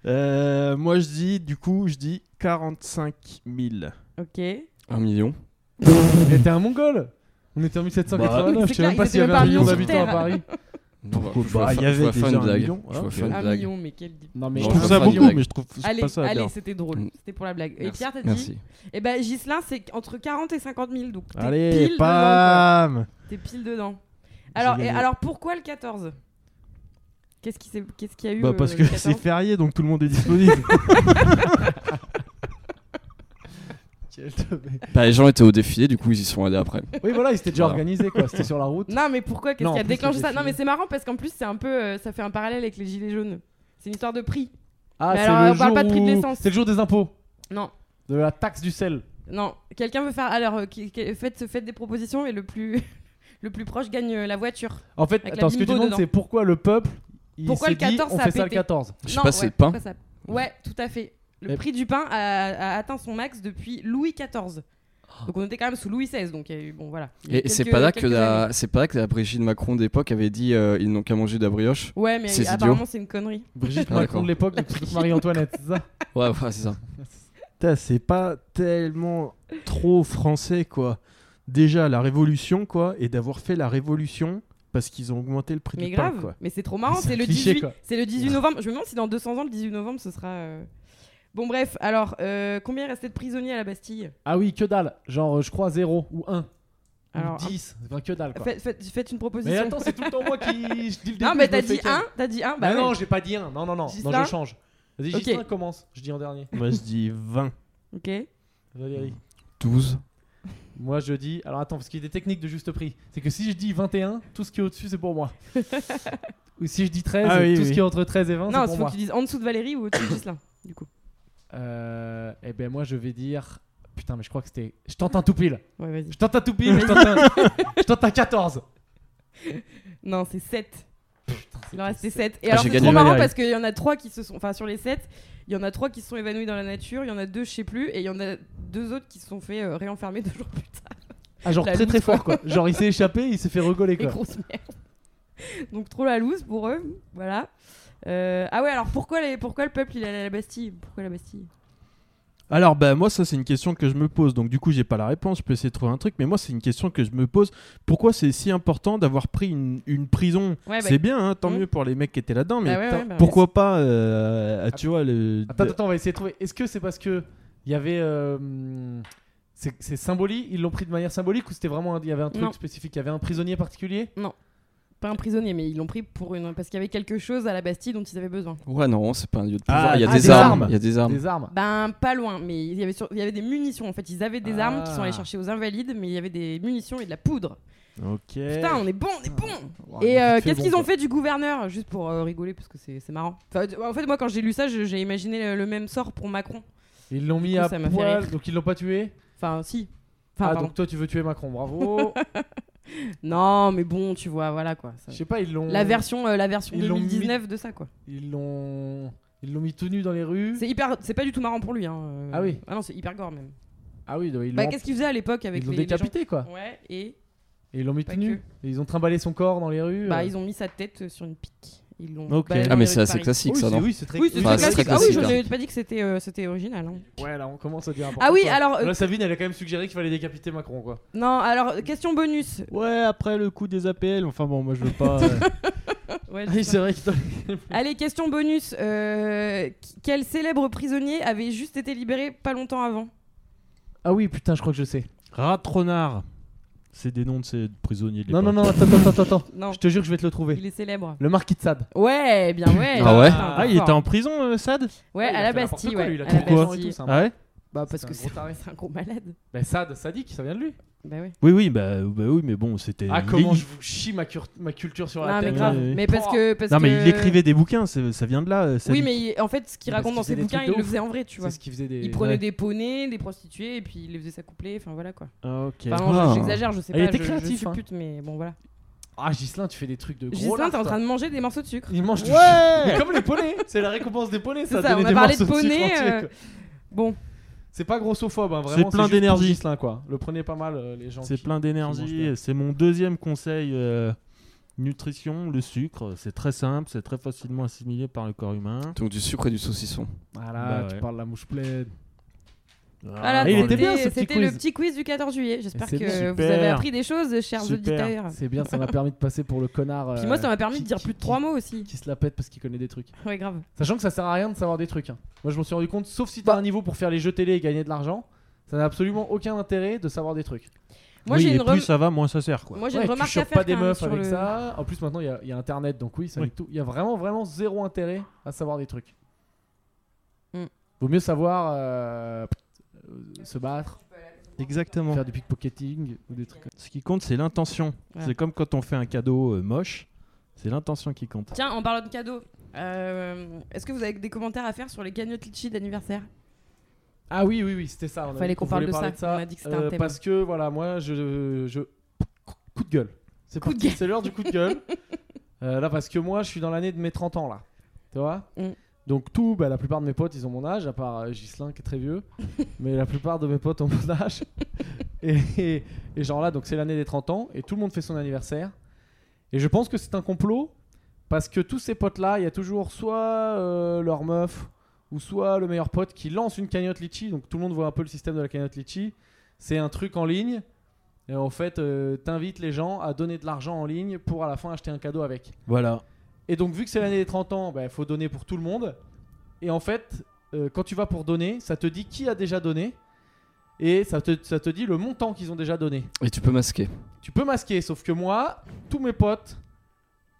Speaker 3: Euh, moi je dis, du coup, je dis 45 000.
Speaker 2: Ok. C'est
Speaker 6: Un million.
Speaker 1: Mais t'es un mongol On était en 1789, je sais
Speaker 2: clair,
Speaker 1: même pas
Speaker 2: ils
Speaker 1: s'il y
Speaker 2: étaient
Speaker 1: avait un
Speaker 2: même pas
Speaker 1: million
Speaker 2: arrivés
Speaker 1: d'habitants
Speaker 2: sur
Speaker 1: à Paris.
Speaker 6: Bon, bah,
Speaker 3: Pourquoi
Speaker 6: je vois
Speaker 3: pas,
Speaker 6: fa-
Speaker 3: il y
Speaker 6: je
Speaker 3: avait
Speaker 6: vois faire
Speaker 3: déjà
Speaker 6: une
Speaker 3: un
Speaker 6: blague.
Speaker 3: million.
Speaker 6: Je
Speaker 3: Ah,
Speaker 6: vois
Speaker 3: ok.
Speaker 6: faire
Speaker 2: Un
Speaker 6: une blague.
Speaker 2: million, mais quel dit.
Speaker 1: Non, mais
Speaker 3: je
Speaker 6: Non, je
Speaker 3: trouve
Speaker 6: vais
Speaker 3: ça
Speaker 6: faire une
Speaker 3: beaucoup,
Speaker 6: blague.
Speaker 3: mais je trouve c'est
Speaker 2: Allez,
Speaker 3: pas Mm. ça
Speaker 2: allez,
Speaker 3: bien.
Speaker 2: c'était drôle. C'était pour la blague. Et
Speaker 6: Merci.
Speaker 2: Pierre, t'as dit
Speaker 6: Merci.
Speaker 2: Eh ben, Gislin, c'est entre 40 et 50 000. Donc, t'es
Speaker 3: Allez,
Speaker 2: pile dedans.
Speaker 3: pam
Speaker 2: quoi. T'es pile dedans. Alors, et
Speaker 3: gagné.
Speaker 2: alors pourquoi le 14 Qu'est-ce qui s'est- qu'est-ce qu'il y a eu
Speaker 3: Bah
Speaker 2: euh,
Speaker 3: parce
Speaker 2: le
Speaker 3: que
Speaker 2: 14?
Speaker 3: c'est férié, donc tout le monde est disponible.
Speaker 6: Bah, les gens étaient au défilé, du coup, ils y sont allés après.
Speaker 1: Oui, voilà, ils étaient déjà
Speaker 6: Voilà.
Speaker 1: organisés, quoi. C'était sur la route.
Speaker 2: Non, mais pourquoi Qu'est-ce
Speaker 1: Non,
Speaker 2: qui
Speaker 1: en
Speaker 2: a
Speaker 1: plus,
Speaker 2: déclenché
Speaker 1: le
Speaker 2: ça
Speaker 1: défi.
Speaker 2: Non, mais c'est marrant parce qu'en plus, c'est un peu, euh, ça fait un parallèle avec les gilets jaunes. C'est une histoire de prix.
Speaker 1: Ah,
Speaker 2: Mais
Speaker 1: c'est
Speaker 2: alors,
Speaker 1: le
Speaker 2: on parle
Speaker 1: jour
Speaker 2: pas de prix de
Speaker 1: où-
Speaker 2: l'essence.
Speaker 1: C'est le jour des impôts,
Speaker 2: Non,
Speaker 1: de la taxe du sel.
Speaker 2: non. Quelqu'un veut faire. Alors, euh, qui- qui- faites, faites des propositions et le plus, le plus proche gagne euh, la voiture.
Speaker 1: En fait,
Speaker 2: Avec la
Speaker 1: attends, ce que tu
Speaker 2: bimbo
Speaker 1: demandes,
Speaker 2: dedans.
Speaker 1: c'est pourquoi le peuple. Il
Speaker 2: Pourquoi
Speaker 1: s'est
Speaker 2: le 14,
Speaker 1: dit, on
Speaker 2: ça a
Speaker 1: fait ça le
Speaker 2: pété
Speaker 1: 14
Speaker 3: Ah,
Speaker 6: Je sais
Speaker 2: non,
Speaker 6: pas,
Speaker 2: ouais,
Speaker 6: c'est pain.
Speaker 2: pourquoi ça- Ouais, tout à fait. Le
Speaker 1: Mais-
Speaker 2: prix du pain a, a atteint son max depuis Louis XIV. Donc on était quand même sous Louis XVI, donc il y a eu- bon voilà. Il y a eu
Speaker 6: Et, et c'est
Speaker 2: quelques-
Speaker 6: pas là que
Speaker 2: quelques
Speaker 6: la,
Speaker 2: années.
Speaker 6: c'est pas là que la Brigitte Macron d'époque avait dit euh, ils n'ont qu'à manger de la brioche.
Speaker 2: Ouais, mais
Speaker 6: C'est
Speaker 2: apparemment c'est une connerie.
Speaker 1: Brigitte
Speaker 6: Ah,
Speaker 1: Macron
Speaker 6: d'accord.
Speaker 1: de l'époque, donc c'est Marie-Antoinette, c'est ça
Speaker 6: Ouais, ouais, c'est ça.
Speaker 3: Putain, c'est pas tellement trop français, quoi. Déjà, la révolution, quoi, et d'avoir fait la révolution parce qu'ils ont augmenté le prix
Speaker 2: Mais
Speaker 3: du
Speaker 2: grave,
Speaker 3: pain, quoi.
Speaker 2: mais c'est trop marrant,
Speaker 1: C'est un
Speaker 2: c'est le,
Speaker 1: cliché,
Speaker 2: 18,
Speaker 1: quoi.
Speaker 2: c'est le 18 novembre. Je me demande si dans 200 ans, le 18 novembre, ce sera... euh. Bon bref, alors, euh, combien il restait de prisonniers à la Bastille
Speaker 1: Ah oui, que dalle. Genre, euh, je crois 0 ou 1
Speaker 2: Alors,
Speaker 1: ou 10. Enfin, que dalle,
Speaker 2: un-
Speaker 1: quoi.
Speaker 2: faites, faites- faites une
Speaker 1: Mais
Speaker 2: proposition.
Speaker 1: attends, c'est tout le temps moi qui. Je dis le début,
Speaker 2: non, mais
Speaker 1: je me
Speaker 2: t'as
Speaker 1: fais
Speaker 2: dit
Speaker 1: ken.
Speaker 2: 1 T'as dit 1
Speaker 1: Bah
Speaker 2: Bah
Speaker 1: non,
Speaker 2: ouais.
Speaker 1: j'ai pas dit 1. Non, non, non. Non,
Speaker 2: Ghislain
Speaker 1: je change. Vas-y,
Speaker 2: Ok.
Speaker 1: Ghislain commence. Je dis en dernier.
Speaker 3: Moi, je dis 20.
Speaker 2: Ok.
Speaker 1: Valérie.
Speaker 6: 12.
Speaker 1: Moi, je dis. Alors, attends, parce qu'il y a des techniques de juste prix. C'est que si je dis 21, tout ce qui est au-dessus, c'est pour moi. Ou si je dis 13,
Speaker 3: Ah oui,
Speaker 1: tout ce
Speaker 3: oui.
Speaker 1: qui est entre 13 et
Speaker 2: Non,
Speaker 1: 20,
Speaker 2: il
Speaker 1: c'est pour
Speaker 2: faut
Speaker 1: moi.
Speaker 2: que tu dises en dessous de Valérie ou au-dessus de Gislain, du coup.
Speaker 1: Euh, eh ben, moi, je vais dire. Putain, mais je crois que c'était. Je tente un tout pile.
Speaker 2: Ouais, vas-y.
Speaker 1: Je tente un tout pile. je, tente un... je tente un 14.
Speaker 2: Non, c'est 7. Il en restait 7. Et
Speaker 6: Ah,
Speaker 2: alors,
Speaker 6: j'ai
Speaker 2: c'est
Speaker 6: gagné.
Speaker 2: trop marrant
Speaker 3: Valérie.
Speaker 2: parce qu'il y en a 3 qui se sont. Enfin, sur les 7, il y en a 3 qui se sont évanouis dans la nature, il y en a 2, je sais plus, et il y en a 2 autres qui se sont fait euh, réenfermer deux jours plus tard.
Speaker 1: Ah, genre
Speaker 2: La
Speaker 1: très très
Speaker 2: loose,
Speaker 1: fort quoi. Genre il s'est échappé, il s'est fait rigoler
Speaker 2: Les
Speaker 1: quoi.
Speaker 2: grosses merdes. Donc, trop la loose pour eux. Voilà. Euh, ah ouais, alors pourquoi, les, pourquoi le peuple il allait à la Bastille Pourquoi la Bastille
Speaker 3: Alors, bah, moi, ça, c'est une question que je me pose. Donc, du coup, j'ai pas la réponse. Je peux essayer de trouver un truc, mais moi, c'est une question que je me pose. Pourquoi c'est si important d'avoir pris une, une prison
Speaker 2: Ouais, bah,
Speaker 3: C'est bien, hein, tant
Speaker 2: Mm.
Speaker 3: mieux pour les mecs qui étaient là-dedans, mais
Speaker 2: bah ouais,
Speaker 3: putain,
Speaker 2: ouais, bah,
Speaker 3: pourquoi pas, euh, tu vois, le.
Speaker 1: Attends, attends, on va essayer de trouver. Est-ce que c'est parce que il y avait. euh, hum, c'est c'est symbolique, ils l'ont pris de manière symbolique ou c'était vraiment. un- Il y avait un truc
Speaker 2: Non.
Speaker 1: spécifique, il y avait un prisonnier particulier
Speaker 2: Pas un prisonnier, mais ils l'ont pris pour une. Parce qu'il y avait quelque chose à la Bastille dont ils avaient besoin.
Speaker 6: Ouais, non, c'est pas un lieu de
Speaker 3: Ah,
Speaker 6: pouvoir. il y a
Speaker 3: ah,
Speaker 6: des,
Speaker 3: des
Speaker 6: armes.
Speaker 3: armes.
Speaker 6: Il y a des armes.
Speaker 1: Des armes.
Speaker 2: Ben, pas loin, mais il y avait, sur- il y avait des munitions en fait. Ils avaient des armes qui sont allés
Speaker 1: Ah.
Speaker 2: chercher aux invalides, mais il y avait des munitions et de la poudre.
Speaker 3: Ok.
Speaker 2: Putain, on est bon, on est bon
Speaker 1: Ouais,
Speaker 2: Et
Speaker 1: mais
Speaker 2: euh,
Speaker 1: vite fait,
Speaker 2: qu'est-ce
Speaker 1: bon,
Speaker 2: qu'ils ont
Speaker 1: quoi.
Speaker 2: fait du gouverneur Juste pour euh, rigoler, parce que c'est c'est marrant. Enfin, d- en fait, moi, quand j'ai lu ça, je- j'ai imaginé le, le même sort pour Macron.
Speaker 1: Ils l'ont mis
Speaker 2: coup,
Speaker 1: à
Speaker 2: ça m'a fait
Speaker 1: poil,
Speaker 2: rire.
Speaker 1: donc ils l'ont pas tué.
Speaker 2: Enfin, si. Enfin,
Speaker 1: ah,
Speaker 2: pardon.
Speaker 1: donc toi tu veux tuer Macron, bravo.
Speaker 2: Non, mais bon, tu vois, voilà quoi. Ça-
Speaker 1: Je sais pas, ils l'ont.
Speaker 2: La version, euh, la version
Speaker 1: Ils l'ont
Speaker 2: 2019 de ça, quoi.
Speaker 1: Ils l'ont. Ils l'ont mis tout nu dans les rues.
Speaker 2: C'est hyper, c'est pas du tout marrant pour lui. Hein. euh.
Speaker 1: Ah oui.
Speaker 2: Ah non, c'est hyper gore même.
Speaker 1: Ah oui, donc ils
Speaker 2: Bah,
Speaker 1: l'ont.
Speaker 2: qu'est-ce qu'il faisait à l'époque avec
Speaker 1: Ils l'ont
Speaker 2: les, les gens
Speaker 1: décapité quoi.
Speaker 2: Ouais. Et
Speaker 1: Et ils l'ont mis
Speaker 2: Pas
Speaker 1: tout nu. Et ils ont trimballé son corps dans les rues.
Speaker 2: bah,
Speaker 1: euh.
Speaker 2: ils ont mis sa tête euh, sur une pique. Ils l'ont.
Speaker 3: Ok.
Speaker 2: balayé
Speaker 6: Ah,
Speaker 2: dans les
Speaker 6: mais
Speaker 2: rues
Speaker 6: c'est
Speaker 2: de
Speaker 6: assez
Speaker 2: Paris.
Speaker 6: classique
Speaker 1: oui,
Speaker 6: ça,
Speaker 1: c'est-
Speaker 6: non
Speaker 1: oui, c'est très.
Speaker 2: Oui, c'est
Speaker 6: Enfin,
Speaker 2: très
Speaker 6: c'est
Speaker 2: classique.
Speaker 6: très
Speaker 2: Ah oui, je
Speaker 6: classique, hein.
Speaker 2: n'avais pas dit que c'était euh, c'était original. hein.
Speaker 1: Ouais, là on commence à dire.
Speaker 2: Ah oui,
Speaker 1: n'importe quoi.
Speaker 2: alors euh,
Speaker 1: Là, Savine, elle a quand même suggéré qu'il fallait décapiter Macron, quoi.
Speaker 2: non, alors question bonus.
Speaker 3: Ouais, après le coup des APL, enfin bon, moi je veux pas. euh,
Speaker 2: Ouais,
Speaker 1: Oui, c'est vrai que
Speaker 2: Allez, question bonus. Euh, qui- quel célèbre prisonnier avait juste été libéré pas longtemps avant
Speaker 1: Ah oui, putain, je crois que je sais.
Speaker 3: Ratronard. C'est des noms de ces prisonniers de
Speaker 1: Non, non,
Speaker 3: l'époque.
Speaker 1: non, attends, attends, attends, attends.
Speaker 2: Non,
Speaker 1: Je te jure que je vais te le trouver.
Speaker 2: il est célèbre.
Speaker 1: Le marquis de Sade.
Speaker 2: Ouais, bien ouais.
Speaker 6: Ah ouais
Speaker 2: putain,
Speaker 3: Ah, il était en prison, euh, Sad
Speaker 1: Ah
Speaker 2: Ouais, à la Bastille, ouais. à la
Speaker 1: Pourquoi
Speaker 2: Bastille.
Speaker 3: Ah ouais
Speaker 2: Bah parce
Speaker 1: C'est
Speaker 2: que
Speaker 1: un gros
Speaker 2: c'est
Speaker 1: taré.
Speaker 2: c'est un gros malade.
Speaker 1: Bah, Sade, sadique, ça vient de lui.
Speaker 2: Bah ouais.
Speaker 3: Oui, oui, bah, bah oui, mais bon, c'était.
Speaker 1: Ah,
Speaker 3: il-
Speaker 1: comment
Speaker 3: il-
Speaker 1: je vous chie ma, cur- ma culture sur la
Speaker 2: Non mais
Speaker 1: tête.
Speaker 3: Ouais,
Speaker 2: grave.
Speaker 3: ouais, ouais.
Speaker 2: Mais parce que parce
Speaker 3: Non, mais
Speaker 2: que-
Speaker 3: il écrivait des bouquins, c'est- ça vient de là. euh,
Speaker 2: Oui,
Speaker 3: Sadique.
Speaker 2: mais il- en fait, ce qu'il
Speaker 1: Parce
Speaker 2: raconte
Speaker 1: qu'il
Speaker 2: dans
Speaker 1: faisait
Speaker 2: ses
Speaker 1: des
Speaker 2: bouquins,
Speaker 1: trucs
Speaker 2: il
Speaker 1: de
Speaker 2: le
Speaker 1: ouf.
Speaker 2: faisait en vrai, tu vois.
Speaker 1: C'est ce qui faisait des.
Speaker 2: Il prenait
Speaker 1: Ouais.
Speaker 2: des poneys, des prostituées, et puis il les faisait s'accoupler. Enfin voilà quoi.
Speaker 3: Ah, ok.
Speaker 2: Enfin,
Speaker 6: Ah.
Speaker 2: non, j'exagère, je sais
Speaker 1: Ah,
Speaker 2: pas.
Speaker 1: il était
Speaker 2: je-
Speaker 1: créatif,
Speaker 2: Je
Speaker 1: hein.
Speaker 2: suis pute, mais bon voilà.
Speaker 1: Ah, Gislin, tu fais des trucs de gros.
Speaker 2: Gislain, t'es en
Speaker 1: lard,
Speaker 2: train de manger des morceaux de sucre.
Speaker 1: toi. Il mange du Mais comme les poneys, c'est la récompense des poneys,
Speaker 2: C'est
Speaker 1: ça.
Speaker 2: ça,
Speaker 1: donner
Speaker 2: on a
Speaker 1: des
Speaker 2: parlé
Speaker 1: morceaux
Speaker 2: de
Speaker 1: sucre
Speaker 2: poneys,
Speaker 1: entiers,
Speaker 2: euh,
Speaker 1: quoi.
Speaker 2: Bon,
Speaker 1: C'est pas grossophobe, hein, vraiment.
Speaker 3: C'est plein
Speaker 1: juste pour
Speaker 3: d'énergie.
Speaker 1: Gislin, quoi. Le prenez pas mal, euh, les gens.
Speaker 3: C'est
Speaker 1: qui-
Speaker 3: plein
Speaker 1: qui mangent
Speaker 3: d'énergie.
Speaker 1: bien.
Speaker 3: C'est mon deuxième conseil. euh, nutrition, le sucre, c'est très simple, c'est très facilement assimilé par le corps humain.
Speaker 6: Donc du sucre et du saucisson.
Speaker 1: Voilà,
Speaker 3: Bah
Speaker 1: tu
Speaker 3: ouais.
Speaker 1: parles la mouche pleine.
Speaker 2: voilà,
Speaker 3: Ah, il était
Speaker 2: c'était-
Speaker 3: bien ce petit
Speaker 2: c'était le
Speaker 3: quiz.
Speaker 2: petit quiz du 14 juillet. J'espère
Speaker 1: C'est
Speaker 2: que
Speaker 1: bien.
Speaker 2: vous
Speaker 3: Super.
Speaker 2: avez appris des choses, chers
Speaker 3: Super.
Speaker 2: auditeurs.
Speaker 1: C'est bien, ça m'a permis de passer pour le connard. euh,
Speaker 2: Ah. Puis moi, ça m'a permis
Speaker 1: qui-
Speaker 2: de dire
Speaker 1: qui-
Speaker 2: plus de
Speaker 1: qui-
Speaker 2: trois mots aussi.
Speaker 1: Qui se la pète parce qu'il connaît des trucs.
Speaker 2: Ouais, grave.
Speaker 1: Sachant que ça sert à rien de savoir des trucs. hein. Moi, je m'en suis rendu compte, sauf si t'as
Speaker 2: Bah.
Speaker 1: un niveau pour faire les jeux télé et gagner de l'argent, ça n'a absolument aucun intérêt de savoir des trucs.
Speaker 2: Moi,
Speaker 3: Oui,
Speaker 2: j'ai
Speaker 3: et
Speaker 2: une,
Speaker 3: plus
Speaker 2: rem-
Speaker 3: ça va, moins ça sert. Quoi.
Speaker 2: Moi, j'ai
Speaker 1: Ouais,
Speaker 2: une remarque
Speaker 1: tu
Speaker 2: à
Speaker 1: chopes
Speaker 2: faire.
Speaker 1: pas des
Speaker 2: quand même
Speaker 1: meufs
Speaker 2: sur
Speaker 1: avec
Speaker 2: le-
Speaker 1: ça. En plus, maintenant, il y a- il y, a internet, donc oui, ça
Speaker 3: Oui.
Speaker 1: nique tout. Il y a vraiment, vraiment zéro intérêt à savoir des trucs.
Speaker 2: Mm.
Speaker 1: Vaut mieux savoir euh, euh, se battre,
Speaker 3: Exactement.
Speaker 1: faire du pickpocketing ou des trucs comme
Speaker 3: Ce qui compte, c'est l'intention.
Speaker 2: Voilà.
Speaker 3: C'est comme quand on fait un cadeau euh, moche, c'est l'intention qui compte.
Speaker 2: Tiens, en parlant de cadeaux, euh, est-ce que vous avez des commentaires à faire sur les cagnottes litchi d'anniversaire
Speaker 1: Ah oui, oui, oui, c'était ça. On
Speaker 2: Fallait
Speaker 1: avait-
Speaker 2: qu'on
Speaker 1: on
Speaker 2: parle
Speaker 1: voulait
Speaker 2: de
Speaker 1: parler Euh,
Speaker 2: ça. On a dit que c'était un thème.
Speaker 1: Parce que voilà, moi, je, je- coup de gueule. C'est
Speaker 2: Coup de
Speaker 1: parti,
Speaker 2: gueule.
Speaker 1: C'est l'heure du coup de gueule. Euh, là, parce que moi, je suis dans l'année de mes 30 ans là. Tu vois.
Speaker 2: Mm.
Speaker 1: Donc tout, bah, la plupart de mes potes, ils ont mon âge, à part euh, Ghislain qui est très vieux. mais la plupart de mes potes ont mon âge. et, et- et genre là, donc c'est l'année des 30 ans et tout le monde fait son anniversaire. Et je pense que c'est un complot parce que tous ces potes là, il y a toujours soit euh, leur meuf ou soit le meilleur pote qui lance une cagnotte litchi. Donc tout le monde voit un peu le système de la cagnotte litchi. C'est un truc en ligne. Et en fait, euh, t'invites les gens à donner de l'argent en ligne pour à la fin acheter un cadeau avec.
Speaker 3: Voilà.
Speaker 1: Et donc, vu que c'est l'année des 30 ans, il faut donner pour tout le monde. Et en fait, euh, quand tu vas pour donner, ça te dit qui a déjà donné. Et ça te, ça te dit le montant qu'ils ont déjà donné.
Speaker 6: Et tu peux masquer.
Speaker 1: Tu peux masquer, sauf que moi, tous mes potes,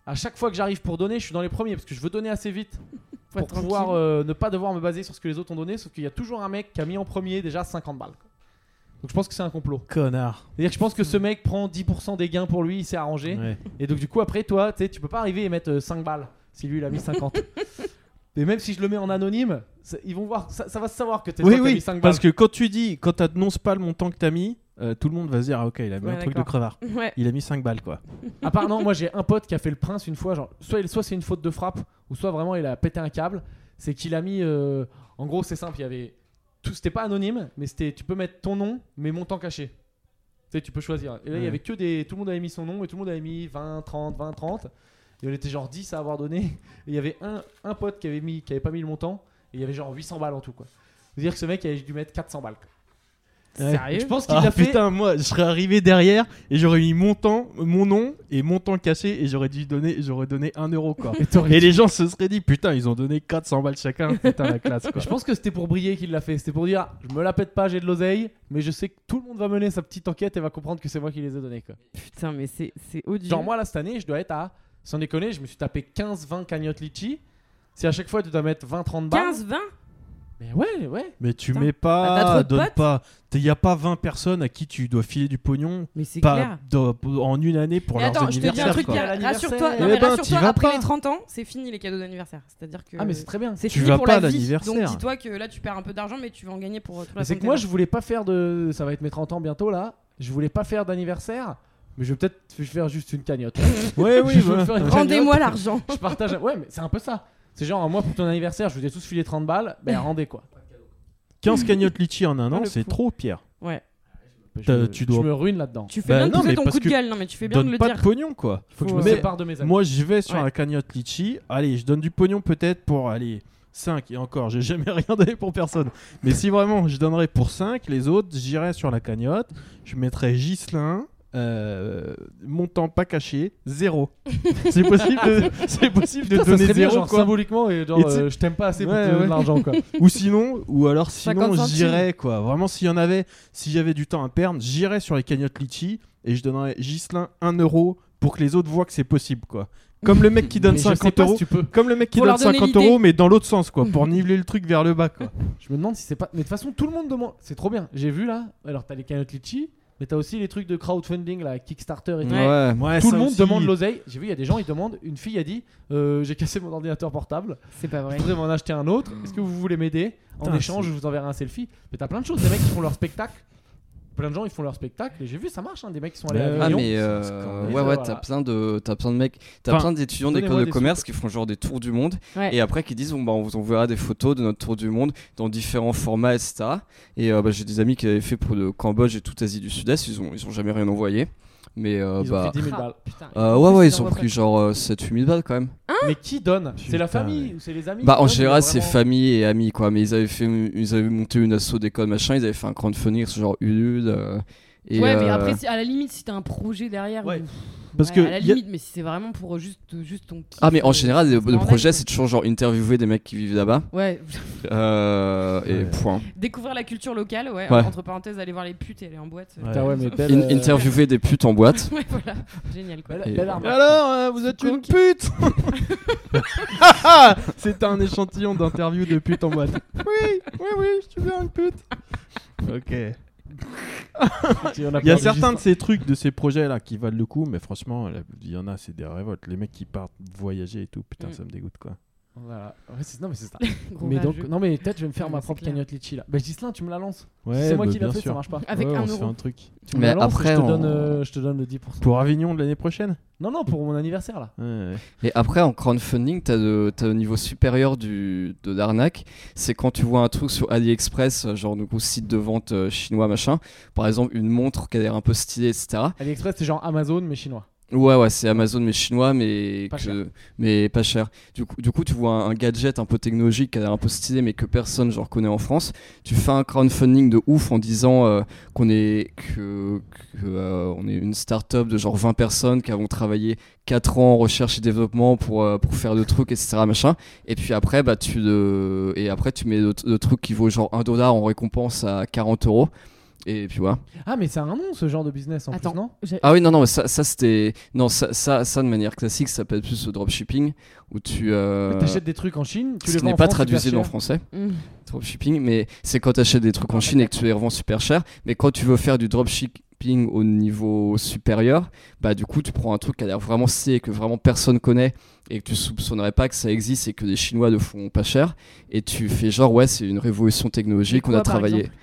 Speaker 1: à chaque fois que j'arrive pour donner, je suis dans les premiers parce que je veux donner assez vite
Speaker 2: Faut être
Speaker 1: pour
Speaker 2: tranquille.
Speaker 1: pouvoir euh, ne pas devoir me baser sur ce que les autres ont donné. Sauf qu'il y a toujours un mec qui a mis en premier déjà 50 balles. Donc, je pense que c'est un complot.
Speaker 3: Connard.
Speaker 1: C'est-à-dire que je pense que ce mec prend 10% des gains pour lui, il s'est arrangé.
Speaker 3: Ouais.
Speaker 1: Et donc, du coup, après, toi, tu sais, tu peux pas arriver et mettre euh, 5 balles si lui il a mis 50. et même si je le mets en anonyme, ça- ils vont voir, ça, ça va se savoir que t'es toi
Speaker 3: Oui,
Speaker 1: qui as mis
Speaker 3: oui,
Speaker 1: 5
Speaker 3: parce
Speaker 1: balles.
Speaker 3: que quand tu dis, quand t'annonces pas le montant que t'as mis, euh, tout le monde va se dire, ah, ok, il a mis
Speaker 2: Ouais,
Speaker 3: un truc de
Speaker 2: d'accord.
Speaker 3: crevard.
Speaker 2: Ouais.
Speaker 3: Il a mis 5 balles, quoi.
Speaker 1: À part, non, moi j'ai un pote qui a fait le prince une fois, genre, soit, il- soit c'est une faute de frappe, ou soit vraiment il a pété un câble. C'est qu'il a mis. euh, en gros, c'est simple, il y avait. tout- C'était pas anonyme, mais c'était. Tu peux mettre ton nom, mais montant caché. Tu sais, tu peux choisir. Et là, il y
Speaker 3: Ouais.
Speaker 1: avait que des. Tout le monde avait mis son nom, et tout le monde avait mis 20, 30, 20, 30. Et on était genre 10 à avoir donné. Et il y avait un, un pote qui avait, mis, qui avait pas mis le montant, et il y avait genre 800 balles en tout, quoi. C'est-à-dire que ce mec avait dû mettre 400 balles. quoi.
Speaker 3: Sérieux
Speaker 1: Je pense qu'il
Speaker 3: Ah
Speaker 1: a fait.
Speaker 3: putain, moi, je serais arrivé derrière et j'aurais mis mon temps, mon nom et mon temps caché et j'aurais dû donner, j'aurais donné 1 euro, quoi.
Speaker 1: Et t'aurais
Speaker 3: Et les gens se seraient dit, putain, ils ont donné 400 balles chacun, putain, la classe, quoi.
Speaker 1: Je pense que c'était pour briller qu'il l'a fait. C'était pour dire je me la pète pas, j'ai de l'oseille, mais je sais que tout le monde va mener sa petite enquête et va comprendre que c'est moi qui les ai donnés. Quoi.
Speaker 2: Putain, mais c'est c'est odieux.
Speaker 1: Genre, moi là, cette année, je dois être à. Sans déconner, je me suis tapé 15-20 cagnottes litchi. Si à chaque fois tu dois mettre 20-30 balles.
Speaker 2: 15, 20
Speaker 1: Mais ouais, ouais.
Speaker 3: Mais tu
Speaker 2: Putain.
Speaker 3: mets
Speaker 2: Bah, t'as trop
Speaker 3: pas,
Speaker 2: de
Speaker 3: donne
Speaker 2: potes.
Speaker 3: pas. Il n'y a pas 20 personnes à qui tu dois filer du pognon
Speaker 2: Mais c'est
Speaker 3: pas
Speaker 2: clair.
Speaker 3: dans- en une année pour
Speaker 2: Mais
Speaker 3: leurs
Speaker 2: attends, je te dis un
Speaker 3: anniversaires.
Speaker 2: truc,
Speaker 3: quoi.
Speaker 2: Pierre,
Speaker 1: quoi.
Speaker 2: rassure-toi.
Speaker 1: Eh
Speaker 2: Non, mais
Speaker 3: ben,
Speaker 2: rassure-toi,
Speaker 3: t'y vas
Speaker 2: après
Speaker 3: pas.
Speaker 2: les 30 ans, c'est fini les cadeaux d'anniversaire. C'est-à-dire que.
Speaker 1: Ah, mais c'est très bien.
Speaker 2: Euh, c'est
Speaker 3: Tu
Speaker 2: fini
Speaker 3: vas
Speaker 2: pour
Speaker 3: pas
Speaker 2: la
Speaker 3: à
Speaker 2: vie.
Speaker 3: l'anniversaire.
Speaker 2: Donc dis-toi que là tu perds un peu d'argent mais tu vas en gagner pour euh, toute la
Speaker 1: Mais C'est que
Speaker 2: santé.
Speaker 1: moi, je voulais pas faire de. Ça va être mes 30 ans bientôt là. Je voulais pas faire d'anniversaire, mais je vais peut-être faire juste une cagnotte.
Speaker 3: Ouais, oui,
Speaker 1: Je veux
Speaker 3: voilà.
Speaker 1: faire une
Speaker 2: Rendez-moi
Speaker 1: cagnotte.
Speaker 2: l'argent.
Speaker 1: Je partage. Ouais, mais c'est un peu ça. C'est genre, moi pour ton anniversaire, je vous ai tous filé 30 balles, ben rendez quoi.
Speaker 3: 15 cagnottes litchi en un
Speaker 2: Ah,
Speaker 3: an,
Speaker 2: le
Speaker 3: c'est
Speaker 2: fou.
Speaker 3: trop, Pierre.
Speaker 2: Ouais.
Speaker 3: T'as-
Speaker 1: Je me-
Speaker 3: tu dois-
Speaker 1: je me ruine là-dedans.
Speaker 2: Tu fais
Speaker 3: Bah
Speaker 2: bien de
Speaker 3: non,
Speaker 2: pousser
Speaker 3: mais
Speaker 2: ton
Speaker 3: parce
Speaker 2: coup de
Speaker 3: que
Speaker 2: gueule. Non mais tu fais bien de
Speaker 3: Donne
Speaker 2: le
Speaker 3: pas
Speaker 2: dire.
Speaker 3: de pognon, quoi.
Speaker 1: Faut que je
Speaker 2: Faut,
Speaker 1: me
Speaker 2: euh,
Speaker 1: sépare de mes amis.
Speaker 3: Moi, je vais sur
Speaker 2: Ouais.
Speaker 3: la cagnotte litchi. Allez, je donne du pognon peut-être pour aller 5 et encore, j'ai jamais rien donné pour personne. Mais si vraiment je donnerais pour 5, les autres, j'irais sur la cagnotte, je mettrais Gislin, euh, montant pas caché, zéro. c'est possible de, c'est possible de
Speaker 1: Putain, ça
Speaker 3: donner
Speaker 1: serait bien,
Speaker 3: zéro
Speaker 1: genre,
Speaker 3: quoi.
Speaker 1: symboliquement et genre
Speaker 3: Et tu sais-
Speaker 1: euh, je t'aime pas assez pour
Speaker 3: Ouais,
Speaker 1: te donner
Speaker 3: ouais.
Speaker 1: de l'argent quoi.
Speaker 3: ou sinon, ou alors
Speaker 2: 50
Speaker 3: sinon,
Speaker 2: centimes.
Speaker 3: j'irais quoi. Vraiment, s'il y en avait, si j'avais du temps à perdre, j'irais sur les cagnottes Litchi et je donnerais Gislin 1 euro pour que les autres voient que c'est possible quoi. Comme le mec qui donne
Speaker 1: Mais je sais
Speaker 3: 50
Speaker 1: pas si
Speaker 3: euros.
Speaker 1: tu peux.
Speaker 3: Comme le mec qui
Speaker 2: Pour
Speaker 3: donne
Speaker 2: leur donner
Speaker 3: 50
Speaker 2: l'idée.
Speaker 3: euros, mais dans l'autre sens, quoi, pour niveler le truc vers le bas, quoi.
Speaker 1: Je me demande si c'est pas. Mais de toute façon, tout le monde demande. C'est trop bien. J'ai vu là. Alors, t'as les cagnottes Litchi, mais t'as aussi les trucs de crowdfunding, là, Kickstarter et tout.
Speaker 6: Ouais. Ah,
Speaker 1: Tout le monde demande l'oseille. J'ai vu, il y a des gens, ils demandent. Une fille a dit euh, J'ai cassé mon ordinateur portable,
Speaker 2: C'est pas
Speaker 1: je
Speaker 2: vrai.
Speaker 1: voudrais m'en acheter un autre. Est-ce que vous voulez m'aider En
Speaker 3: Putain,
Speaker 1: échange,
Speaker 3: c'est-
Speaker 1: je vous enverrai un selfie. Mais t'as plein de choses. Des mecs qui font leur spectacle. Plein de gens, ils font leur spectacle. Et j'ai vu, ça marche. hein, Des mecs qui sont allés
Speaker 3: Mais-
Speaker 1: à
Speaker 6: Ah
Speaker 1: Lyon.
Speaker 6: mais euh,
Speaker 3: scandaleux.
Speaker 6: ouais ouais
Speaker 1: Voilà.
Speaker 6: t'as plein de t'as plein de mecs t'as
Speaker 3: Enfin,
Speaker 6: plein d'étudiants d'écoles
Speaker 1: donnez-moi
Speaker 6: de
Speaker 1: des
Speaker 6: commerce qui font genre des tours du monde
Speaker 2: Ouais.
Speaker 6: et après qui disent bon bah on vous enverra des photos de notre tour du monde dans différents formats etc et euh, bah, j'ai des amis qui avaient fait pour le Cambodge et toute Asie du Sud-Est ils ont ils ont jamais rien envoyé mais euh,
Speaker 1: Ils ont
Speaker 6: bah
Speaker 1: fait 10 000
Speaker 2: Ah,
Speaker 1: balles.
Speaker 2: putain.
Speaker 6: euh, ouais ouais ils ont
Speaker 2: envoient
Speaker 6: pris
Speaker 2: pas.
Speaker 6: genre euh, 7-8 000 balles quand même
Speaker 1: Mais qui donne C'est la
Speaker 3: Putain,
Speaker 1: famille
Speaker 3: ouais.
Speaker 1: ou c'est les amis
Speaker 6: Bah
Speaker 1: qui
Speaker 6: en
Speaker 1: donnent,
Speaker 6: général
Speaker 1: mais
Speaker 6: c'est
Speaker 1: vraiment-
Speaker 6: famille et amis quoi mais ils avaient fait ils avaient monté une asso d'école machin ils avaient fait un crowdfunding sur genre Ulule euh, et
Speaker 2: ouais, mais
Speaker 6: euh,
Speaker 2: après, si- à la limite, si t'as un projet derrière.
Speaker 3: Ouais.
Speaker 2: ou-
Speaker 3: Parce
Speaker 2: ouais,
Speaker 3: que
Speaker 2: À la
Speaker 3: y a-
Speaker 2: limite, mais si c'est vraiment pour euh, juste, juste ton kiff,
Speaker 6: ah mais en
Speaker 2: euh,
Speaker 6: général le,
Speaker 2: c'est
Speaker 6: le
Speaker 2: normal,
Speaker 6: projet
Speaker 2: quoi.
Speaker 6: c'est toujours genre interviewer des mecs qui vivent là-bas
Speaker 2: Ouais,
Speaker 6: Euh, et
Speaker 3: Ouais.
Speaker 6: point.
Speaker 2: découvrir la culture locale, ouais.
Speaker 6: Ouais.
Speaker 2: Entre parenthèses, aller voir les putes et aller en boîte.
Speaker 3: Ouais.
Speaker 1: Putain, ouais, mais belle,
Speaker 6: In-
Speaker 1: euh,
Speaker 6: interviewer des putes en boîte.
Speaker 2: Ouais, voilà. Génial, quoi.
Speaker 1: belle-
Speaker 6: Et-
Speaker 1: belle arme.
Speaker 3: Alors, euh, vous êtes une
Speaker 2: Coke.
Speaker 3: pute Ah, ah C'était un échantillon d'interview de pute en boîte. Oui, oui, oui, je suis bien une pute. Ok. Il y a certains de ces trucs, de ces projets-là qui valent le coup, mais franchement, là, il y en a, c'est des révoltes. Les mecs qui partent voyager et tout, putain,
Speaker 2: Mm.
Speaker 3: ça me dégoûte, quoi.
Speaker 1: Voilà. Ouais, c'est- non, mais c'est ça.
Speaker 2: Gros
Speaker 1: mais donc,
Speaker 2: rageux.
Speaker 1: non, mais peut-être je vais me faire
Speaker 2: Ouais,
Speaker 1: ma
Speaker 2: c'est
Speaker 1: propre
Speaker 2: clair.
Speaker 1: cagnotte litchi là. Bah, Gislin, tu me la lances.
Speaker 3: Ouais,
Speaker 1: c'est moi
Speaker 3: bah,
Speaker 1: qui l'ai
Speaker 3: bien
Speaker 1: fait, ça
Speaker 3: sûr.
Speaker 1: marche pas.
Speaker 2: Avec
Speaker 3: Ouais,
Speaker 2: un
Speaker 3: on se fait
Speaker 2: euro.
Speaker 3: un truc.
Speaker 1: Tu me
Speaker 6: Mais
Speaker 1: la lances,
Speaker 6: après,
Speaker 1: je te,
Speaker 6: on-
Speaker 1: donne, euh, je te donne le 10%.
Speaker 3: Pour Avignon de l'année prochaine
Speaker 1: Non, non, pour mon anniversaire là.
Speaker 3: Ouais, ouais.
Speaker 6: Et après, en crowdfunding, t'as le, t'as le niveau supérieur du, de l'arnaque. C'est quand tu vois un truc sur AliExpress, euh, genre du coup, site de vente euh, chinois, machin. Par exemple, une montre qui a l'air un peu stylée, etc.
Speaker 1: AliExpress, c'est genre Amazon, mais chinois.
Speaker 6: Ouais, ouais, c'est Amazon, mais chinois, mais
Speaker 1: Pas
Speaker 6: que-
Speaker 1: cher.
Speaker 6: mais pas cher. Du coup, du coup, tu vois un, un gadget un peu technologique qui a l'air un peu stylé, mais que personne genre connaît en France. Tu fais un crowdfunding de ouf en disant euh, qu'on est que, que, euh, on est une start-up de genre 20 personnes qui avons travaillé 4 ans en recherche et développement pour euh, pour faire le truc, etc. Machin. Et puis après, bah tu le et après tu mets le, le truc qui vaut genre 1 dollar en récompense à 40 euros. Et puis voilà.
Speaker 1: Ah, mais c'est un nom ce genre de business en
Speaker 2: Attends.
Speaker 1: plus, non
Speaker 2: J'ai-
Speaker 6: Ah oui, non, non, mais ça, ça c'était. Non, ça, ça, ça, de manière classique, ça s'appelle plus le dropshipping, où tu. Euh...
Speaker 1: T'achètes des trucs en Chine, tu
Speaker 6: Ce
Speaker 1: les
Speaker 6: qui
Speaker 1: vends
Speaker 6: n'est
Speaker 1: en
Speaker 6: pas
Speaker 1: France, super
Speaker 6: traduisible en
Speaker 1: cher.
Speaker 6: français,
Speaker 2: Mm.
Speaker 6: dropshipping, mais c'est quand tu achètes des trucs en Chine et que tu les revends super cher. Mais quand tu veux faire du dropshipping au niveau supérieur, bah du coup, tu prends un truc qui a l'air vraiment stylé, que vraiment personne connaît et que tu soupçonnerais pas que ça existe et que les Chinois le font pas cher. Et tu fais genre, ouais, c'est une révolution technologique,
Speaker 2: Et
Speaker 6: on a
Speaker 2: quoi, par
Speaker 6: travaillé.
Speaker 2: exemple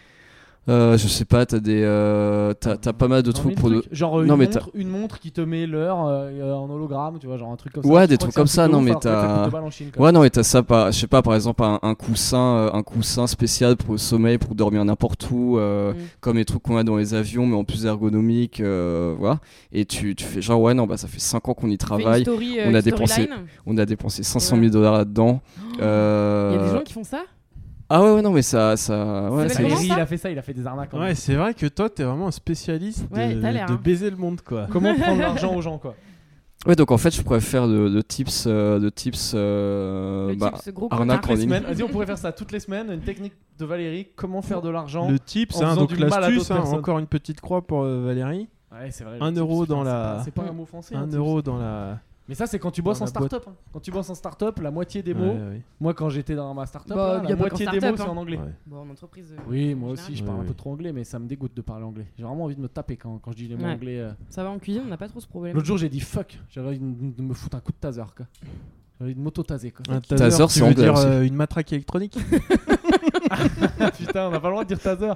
Speaker 6: Euh, je sais pas, t'as des. euh, T'as t'as pas mal de
Speaker 1: Non,
Speaker 6: trucs
Speaker 1: mais
Speaker 6: pour.
Speaker 1: le
Speaker 6: le-
Speaker 1: truc, Genre euh,
Speaker 6: Non,
Speaker 1: une,
Speaker 6: mais
Speaker 1: montre, une montre qui te met l'heure euh, euh, en hologramme, tu vois, genre un truc comme ça.
Speaker 6: Ouais,
Speaker 1: Je
Speaker 6: des
Speaker 1: crois que
Speaker 6: trucs
Speaker 1: c'est un
Speaker 6: comme ça,
Speaker 1: de
Speaker 6: non,
Speaker 1: ouf,
Speaker 6: mais
Speaker 1: alors que ça coûte
Speaker 6: t'as-
Speaker 1: deux balles en Chine, quand
Speaker 6: Ouais,
Speaker 1: même.
Speaker 6: non, et t'as ça, par, je sais pas, par exemple, un, un coussin, euh, un coussin spécial pour le sommeil, pour dormir n'importe où, euh,
Speaker 2: Mm.
Speaker 6: comme les trucs qu'on a dans les avions, mais en plus ergonomique, euh, voilà. Et tu, tu fais genre, ouais, non, bah ça fait 5 ans qu'on y
Speaker 2: Fais une
Speaker 6: travaille,
Speaker 2: story, euh,
Speaker 6: on a
Speaker 2: une
Speaker 6: dépensé-
Speaker 2: storyline.
Speaker 6: on a dépensé 500
Speaker 2: Ouais.
Speaker 6: 000 dollars là-dedans.
Speaker 2: Oh. Il y a
Speaker 6: Euh,
Speaker 2: des gens qui font ça
Speaker 6: Ah ouais, ouais, non, mais ça. ça
Speaker 2: C'est
Speaker 6: ouais, ça
Speaker 2: pas
Speaker 1: Harry,
Speaker 2: comment
Speaker 1: il
Speaker 2: ça
Speaker 1: a fait ça, il a fait des arnaques. en
Speaker 3: Ouais, c'est vrai que toi, t'es vraiment un spécialiste de,
Speaker 2: Ouais, t'as l'air,
Speaker 3: de
Speaker 2: hein.
Speaker 3: baiser le monde, quoi.
Speaker 1: Comment prendre l'argent aux gens quoi
Speaker 6: ouais, donc en fait, je pourrais faire de, de tips. euh, de tips euh,
Speaker 2: Le
Speaker 6: bah,
Speaker 2: type, ce gros
Speaker 6: arnaque
Speaker 2: connard.
Speaker 6: en
Speaker 1: Toutes les
Speaker 6: ligne.
Speaker 1: semaines. Vas-y, on pourrait faire ça toutes les semaines. Une technique de Valérie comment faire de l'argent.
Speaker 3: Le tip,
Speaker 1: en
Speaker 3: c'est
Speaker 1: faisant
Speaker 3: donc
Speaker 1: du mal à
Speaker 3: l'astuce,
Speaker 1: d'autres
Speaker 3: hein,
Speaker 1: personnes.
Speaker 3: encore une petite croix pour euh, Valérie.
Speaker 1: Ouais, c'est vrai. le
Speaker 3: Un
Speaker 1: tips,
Speaker 3: euro
Speaker 1: putain,
Speaker 3: dans
Speaker 1: c'est
Speaker 3: la-
Speaker 1: pas- C'est pas un mot français. hein,
Speaker 3: Un
Speaker 1: tips.
Speaker 3: euro dans la.
Speaker 1: Mais ça, c'est quand tu bosses
Speaker 3: Dans
Speaker 1: en
Speaker 3: la boîte.
Speaker 1: start-up. hein. Quand tu bosses en start-up, la moitié des
Speaker 3: Ouais,
Speaker 1: mots.
Speaker 3: ouais.
Speaker 1: Moi, quand j'étais dans ma start-up,
Speaker 2: Bah,
Speaker 1: là,
Speaker 2: y a pas
Speaker 1: la moitié
Speaker 2: qu'en
Speaker 1: des mots,
Speaker 2: start-up,
Speaker 1: c'est
Speaker 2: hein.
Speaker 1: en anglais.
Speaker 3: Ouais.
Speaker 2: Bon, en entreprise. euh, en
Speaker 1: Oui, moi
Speaker 2: général.
Speaker 1: aussi, je
Speaker 3: Oui,
Speaker 1: parle un
Speaker 3: oui.
Speaker 1: peu trop anglais, mais ça me dégoûte de parler anglais. J'ai vraiment envie de me taper quand, quand je dis les mots
Speaker 2: Ouais.
Speaker 1: anglais. euh.
Speaker 2: Ça va en cuisine, on n'a pas trop ce problème.
Speaker 1: L'autre jour, j'ai dit fuck. J'avais envie de de me foutre un coup de taser. quoi. J'avais envie de m'auto-taser. quoi.
Speaker 3: Un
Speaker 6: Taser,
Speaker 3: taser,
Speaker 6: c'est
Speaker 3: tu veux
Speaker 6: anglais
Speaker 3: dire
Speaker 6: aussi.
Speaker 3: euh, une matraque électronique
Speaker 1: Putain, on n'a pas le droit de dire taser.
Speaker 3: Non,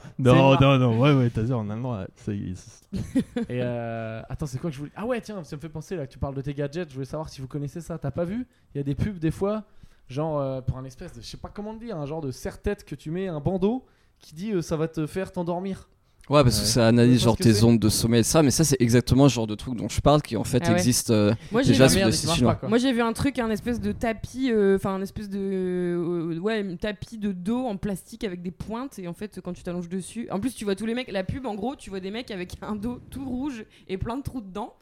Speaker 1: C'est
Speaker 3: non, non, ouais, ouais, taser, on a le droit. C'est- c'est-
Speaker 1: Et euh, attends, c'est quoi que je voulais Ah ouais, tiens, ça me fait penser là. que Tu parles de tes gadgets. Je voulais savoir si vous connaissez ça. T'as pas vu Il y a des pubs des fois, genre euh, pour un espèce de, je sais pas comment le dire, un genre de serre-tête que tu mets un bandeau qui dit euh, ça va te faire t'endormir.
Speaker 6: Ouais, parce que
Speaker 1: Ouais.
Speaker 6: ça
Speaker 1: Je
Speaker 6: analyse
Speaker 1: sais
Speaker 6: genre
Speaker 1: pas ce que
Speaker 6: tes
Speaker 1: c'est.
Speaker 6: ondes de sommeil et ça, mais ça c'est exactement le genre de truc dont je parle qui en fait
Speaker 2: Ah ouais.
Speaker 6: existe. euh,
Speaker 2: Moi, j'ai
Speaker 6: Déjà,
Speaker 2: vu-
Speaker 6: c'est
Speaker 1: Merde,
Speaker 6: des
Speaker 1: ça marche
Speaker 6: signaux.
Speaker 1: pas, quoi.
Speaker 2: Moi j'ai vu un truc, un espèce de tapis, euh, enfin un espèce de euh, ouais, un tapis de dos en plastique avec des pointes et en fait quand tu t'allonges dessus, en plus tu vois tous les mecs, la pub en gros tu vois des mecs avec un dos tout rouge et plein de trous dedans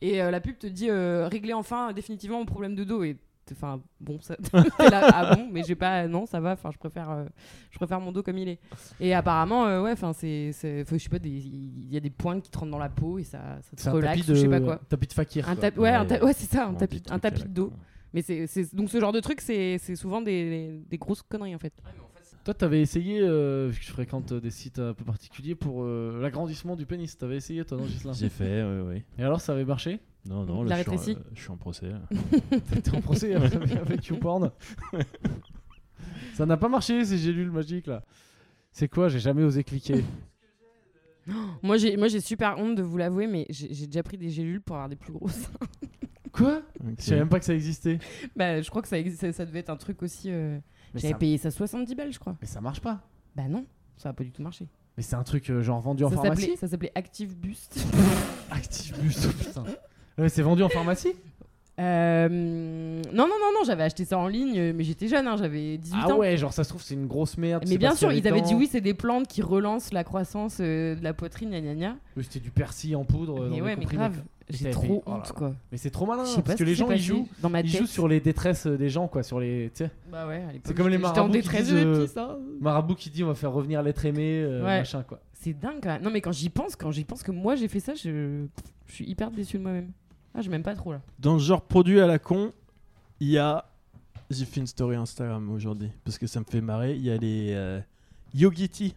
Speaker 2: et euh, la pub te dit euh, réglez enfin définitivement mon problème de dos et t- enfin bon ça t'es là, ah bon mais j'ai pas non ça va enfin je préfère euh, je préfère mon dos comme il est et apparemment euh, ouais enfin c'est c'est- faut- je sais pas des- il y a des pointes qui te rentrent dans la peau et ça ça te
Speaker 1: C'est un tapis
Speaker 2: relaxe
Speaker 1: de,
Speaker 2: ou je sais pas quoi
Speaker 1: tapis de fakir.
Speaker 2: un
Speaker 1: quoi.
Speaker 2: tap- ouais, un ta-
Speaker 3: Ouais.
Speaker 2: ouais, c'est ça, un
Speaker 3: Vraiment
Speaker 2: tapis,
Speaker 3: des
Speaker 2: un
Speaker 3: trucs à la
Speaker 2: tapis de dos.
Speaker 3: con.
Speaker 2: Mais c'est c'est- donc ce genre de truc, c'est c'est souvent des, des grosses conneries en fait.
Speaker 1: Toi, t'avais essayé, euh, vu que je fréquente euh, des sites un peu particuliers pour euh, l'agrandissement du pénis. T'avais essayé, toi, non, Gislain
Speaker 3: J'ai fait, oui, oui.
Speaker 1: Et alors, ça avait marché
Speaker 3: Non, non,
Speaker 2: La
Speaker 3: là, je suis,
Speaker 2: rétrécie.
Speaker 3: en, euh, je suis en procès. là.
Speaker 1: T'étais en procès avec avec YouPorn Ça n'a pas marché, ces gélules magiques, là. C'est quoi J'ai jamais osé cliquer.
Speaker 2: Moi j'ai moi j'ai super honte de vous l'avouer, mais j'ai j'ai déjà pris des gélules pour avoir des plus grosses.
Speaker 1: Quoi Je savais
Speaker 3: Ok.
Speaker 1: même pas que ça existait.
Speaker 2: bah je crois que ça, existe- ça ça devait être un truc aussi. euh,
Speaker 1: Mais
Speaker 2: J'avais
Speaker 1: ça-
Speaker 2: payé ça 70 balles, je crois.
Speaker 1: Mais ça marche pas.
Speaker 2: Bah non, ça a pas du tout marché.
Speaker 1: Mais c'est un truc euh, genre vendu en
Speaker 2: Ça
Speaker 1: pharmacie
Speaker 2: s'appelait ça s'appelait Active Boost.
Speaker 1: Activebus, oh, putain. Ouais, c'est vendu en pharmacie
Speaker 2: Euh, non non non non, j'avais acheté ça en ligne, mais j'étais jeune, hein, j'avais 18
Speaker 1: Ah
Speaker 2: ans.
Speaker 1: ouais, genre ça se trouve, c'est une grosse merde.
Speaker 2: Mais
Speaker 1: c'est
Speaker 2: bien
Speaker 1: parce
Speaker 2: sûr,
Speaker 1: qu'il y a
Speaker 2: ils
Speaker 1: les
Speaker 2: avaient dit
Speaker 1: dents.
Speaker 2: oui, c'est des plantes qui relancent la croissance euh, de la poitrine, gna gna gna.
Speaker 1: Mais C'était du persil en poudre. euh, dans
Speaker 2: Mais
Speaker 1: des
Speaker 2: ouais, mais
Speaker 1: comprimés,
Speaker 2: grave,
Speaker 1: quoi.
Speaker 2: j'ai
Speaker 1: t'avais
Speaker 2: trop
Speaker 1: pris- oh là
Speaker 2: honte
Speaker 1: là.
Speaker 2: quoi.
Speaker 1: Mais c'est trop malin,
Speaker 2: Je sais pas
Speaker 1: parce
Speaker 2: ce
Speaker 1: que les
Speaker 2: qui s'est
Speaker 1: gens ils
Speaker 2: passé
Speaker 1: jouent.
Speaker 2: dans ma
Speaker 1: Ils
Speaker 2: tête.
Speaker 1: jouent sur les détresses euh, des gens, quoi, sur les. Tu sais,
Speaker 2: Bah ouais, à l'époque,
Speaker 1: C'est comme les
Speaker 2: j'étais- j'étais
Speaker 1: marabouts qui
Speaker 2: en détresse,
Speaker 1: disent,
Speaker 2: j'avais
Speaker 1: euh,
Speaker 2: pris ça.
Speaker 1: Marabout qui dit on va faire revenir l'être aimé, euh,
Speaker 2: Ouais.
Speaker 1: machin, quoi.
Speaker 2: C'est dingue quand même. Non mais quand j'y pense, quand j'y pense que moi j'ai fait ça, je, je suis hyper déçu de moi-même. Ah, je m'aime pas trop là.
Speaker 3: Dans le genre produit à la con, il y a. J'ai fait une story Instagram aujourd'hui parce que ça me fait marrer. Il y a les euh, Yogiti.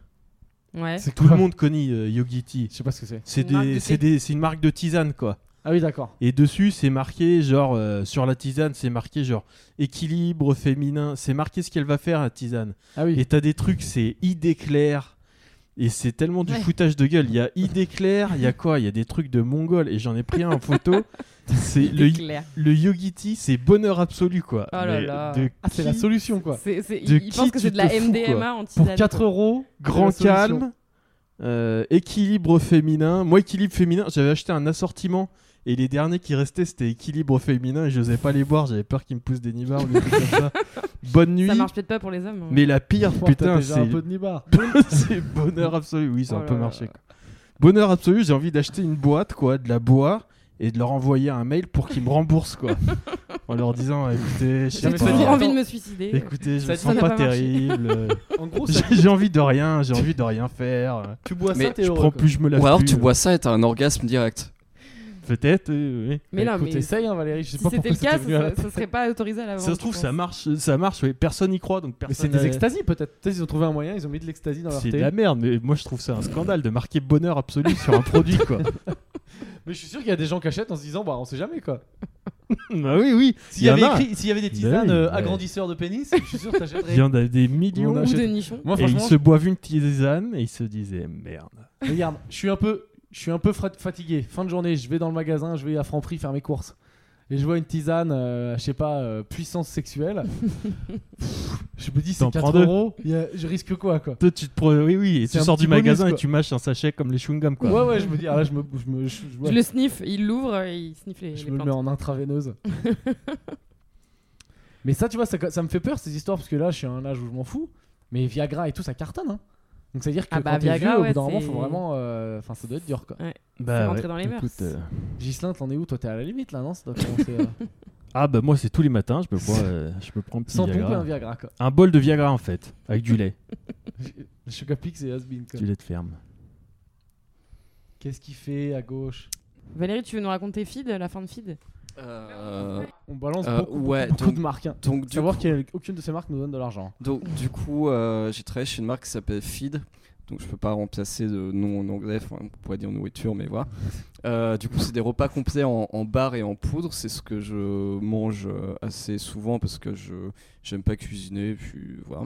Speaker 2: Ouais.
Speaker 1: C'est
Speaker 3: Tout le monde connaît euh, Yogiti.
Speaker 1: Je sais pas ce que c'est.
Speaker 3: C'est
Speaker 2: Une marque de
Speaker 3: des-
Speaker 2: thé.
Speaker 3: c'est des- c'est une marque de tisane quoi.
Speaker 1: Ah oui, d'accord.
Speaker 3: Et dessus, c'est marqué genre euh, sur la tisane, c'est marqué genre équilibre féminin. C'est marqué ce qu'elle va faire la tisane.
Speaker 1: Ah oui.
Speaker 3: Et t'as des trucs, c'est idée claire. Et c'est tellement du
Speaker 2: Ouais.
Speaker 3: foutage de gueule. Il y a idée claire, il y a quoi Il y a des trucs de mongol. Et j'en ai pris un en photo. c'est le,
Speaker 2: C'est clair.
Speaker 3: le yogiti, c'est bonheur absolu quoi.
Speaker 2: Oh là
Speaker 3: Mais
Speaker 2: là.
Speaker 3: de
Speaker 1: Ah, c'est la
Speaker 3: qui
Speaker 1: solution, quoi.
Speaker 2: C'est, c'est,
Speaker 3: De
Speaker 2: ils
Speaker 3: qui
Speaker 2: pensent que
Speaker 3: tu
Speaker 2: c'est de
Speaker 3: te
Speaker 2: la
Speaker 3: fous,
Speaker 2: MDMA en
Speaker 1: Pour
Speaker 2: tisane,
Speaker 1: 4
Speaker 2: quoi.
Speaker 1: euros,
Speaker 3: Grand
Speaker 1: c'est la solution.
Speaker 3: calme, euh, équilibre féminin. Moi, équilibre féminin, j'avais acheté un assortiment. Et les derniers qui restaient, c'était équilibre féminin. Et je n'osais pas les boire, j'avais peur qu'ils me poussent des nibards ou des trucs comme ça. Bonne nuit.
Speaker 2: Ça marche peut-être pas pour les hommes. hein.
Speaker 3: Mais la pire,
Speaker 1: Faut t'as
Speaker 3: putain,
Speaker 1: déjà
Speaker 3: c'est
Speaker 1: un peu de nibar.
Speaker 3: c'est bonheur absolu. Oui, ça a
Speaker 2: Oh
Speaker 3: un
Speaker 2: là
Speaker 3: peu
Speaker 2: là.
Speaker 3: marché. quoi. Bonheur absolu, j'ai envie d'acheter une boîte, quoi, de la boire et de leur envoyer un mail pour qu'ils me remboursent, quoi. en leur disant, écoutez, je
Speaker 2: J'ai
Speaker 3: sais
Speaker 1: mais ça
Speaker 2: toujours
Speaker 1: dit-
Speaker 3: pas.
Speaker 2: envie de
Speaker 1: attends.
Speaker 2: me suicider.
Speaker 3: Écoutez, je
Speaker 1: Ça
Speaker 3: me
Speaker 1: dit-
Speaker 3: sens
Speaker 2: ça Oh, n'a
Speaker 3: pas
Speaker 2: pas marché.
Speaker 3: terrible. euh,
Speaker 1: En gros, ça-
Speaker 3: j'ai j'ai envie de rien, j'ai envie de rien faire.
Speaker 1: tu bois
Speaker 6: Mais
Speaker 1: ça, t'es
Speaker 3: Je
Speaker 1: heureux.
Speaker 3: prends
Speaker 1: quoi.
Speaker 3: plus, je me lave
Speaker 6: Ou alors
Speaker 3: plus,
Speaker 6: tu
Speaker 3: euh,
Speaker 6: bois ça et t'as un orgasme direct.
Speaker 3: Peut-être, euh, oui.
Speaker 2: Mais
Speaker 1: Bah,
Speaker 2: non,
Speaker 1: écoute,
Speaker 2: mais si
Speaker 1: essaye, hein, Valérie. Je sais pas
Speaker 2: c'était
Speaker 1: pourquoi
Speaker 2: le cas,
Speaker 1: c'était venu à la
Speaker 2: ça, ça serait pas autorisé à la vente.
Speaker 3: Ça se trouve,
Speaker 2: je
Speaker 3: ça
Speaker 2: pense.
Speaker 3: marche, ça marche, oui. Personne n'y croit, donc
Speaker 1: Mais c'est
Speaker 3: personne.
Speaker 1: des
Speaker 3: euh,
Speaker 1: extasies peut-être. Peut-être ils ont trouvé un moyen, ils ont mis de l'extasie dans leur
Speaker 3: C'est
Speaker 1: thé.
Speaker 3: de la merde, mais moi je trouve ça un scandale de marquer bonheur absolu sur un produit, quoi.
Speaker 1: Mais je suis sûr qu'il y a des gens qui achètent en se disant, bah on sait jamais quoi.
Speaker 3: bah oui, oui.
Speaker 1: S'il
Speaker 3: Il
Speaker 1: y,
Speaker 3: y
Speaker 1: avait
Speaker 3: en a.
Speaker 1: écrit- s'il y avait des tisanes
Speaker 3: oui,
Speaker 1: euh,
Speaker 3: ouais.
Speaker 1: agrandisseurs de pénis, je suis sûr
Speaker 3: Il
Speaker 1: que
Speaker 3: y
Speaker 1: t'achèterais.
Speaker 3: en a des millions.
Speaker 1: On a-
Speaker 2: Ou de
Speaker 1: achète-
Speaker 2: nichon.
Speaker 1: Moi,
Speaker 3: Et ils
Speaker 1: franchement,
Speaker 3: se boivent une tisane et ils se disaient merde.
Speaker 1: regarde, je suis un peu, je suis un peu frat- fatigué. Fin de journée, je vais dans le magasin, je vais à Franprix faire mes courses. Et je vois une tisane, euh, je sais pas, euh, puissance sexuelle. Pff, je me dis, c'est
Speaker 3: T'en
Speaker 1: 4
Speaker 3: prends deux.
Speaker 1: euros. il y a- je risque quoi, quoi
Speaker 3: Toi, tu te prends, oui, oui, et
Speaker 1: C'est
Speaker 3: tu
Speaker 1: un
Speaker 3: sors
Speaker 1: petit
Speaker 3: du magasin et
Speaker 1: bonus,
Speaker 3: tu mâches un sachet comme les chewing-gums, quoi.
Speaker 1: Ouais, ouais, je me dis, ah là, je me. Je me, je- je- ouais,
Speaker 2: Je le sniffe, il l'ouvre et il sniffe les,
Speaker 1: je
Speaker 2: les
Speaker 1: me le
Speaker 2: plantes.
Speaker 1: mets en intraveineuse. mais ça, tu vois, ça, ça me fait peur ces histoires, parce que là, je suis à un âge où je m'en fous. Mais Viagra et tout, ça cartonne, hein. Donc ça veut dire que
Speaker 2: Ah bah,
Speaker 1: quand t'es
Speaker 2: Viagra,
Speaker 1: vieux, au
Speaker 2: ouais,
Speaker 1: bout d'un moment,
Speaker 2: c'est-
Speaker 1: faut vraiment. euh, Enfin, ça doit être dur, quoi.
Speaker 2: C'est
Speaker 3: Bah,
Speaker 2: rentré dans les mœurs.
Speaker 3: Écoute, euh,
Speaker 1: Gislin, t'en es où Toi, t'es à la limite, là, non Ça doit commencer. euh,
Speaker 3: Ah, bah moi, c'est tous les matins, je me bois, euh, je me prends un petit
Speaker 1: Sans pomper
Speaker 3: Viagra.
Speaker 1: un Viagra, quoi.
Speaker 3: Un bol de Viagra en fait, avec du lait,
Speaker 1: Le Chocapix et Asbin, quoi.
Speaker 3: du lait de ferme.
Speaker 1: Qu'est-ce qu'il fait à gauche
Speaker 2: Valérie, tu veux nous raconter Feed, la fin de Feed
Speaker 6: Euh,
Speaker 1: On balance
Speaker 6: Euh,
Speaker 1: beaucoup,
Speaker 6: ouais,
Speaker 1: beaucoup
Speaker 6: donc-
Speaker 1: de marques. Hein.
Speaker 6: donc,
Speaker 1: Faut
Speaker 6: du
Speaker 1: savoir
Speaker 6: coup-
Speaker 1: qu'aucune de ces marques nous donne de l'argent.
Speaker 6: Donc, du coup, euh, j'ai travaillé chez une marque qui s'appelle Feed. Donc, je peux pas remplacer de nom en anglais. Enfin, on pourrait dire nourriture, mais voilà. Euh, du coup, c'est des repas complets en, en barre et en poudre. C'est ce que je mange euh, assez souvent parce que je j'aime pas cuisiner. Puis voilà.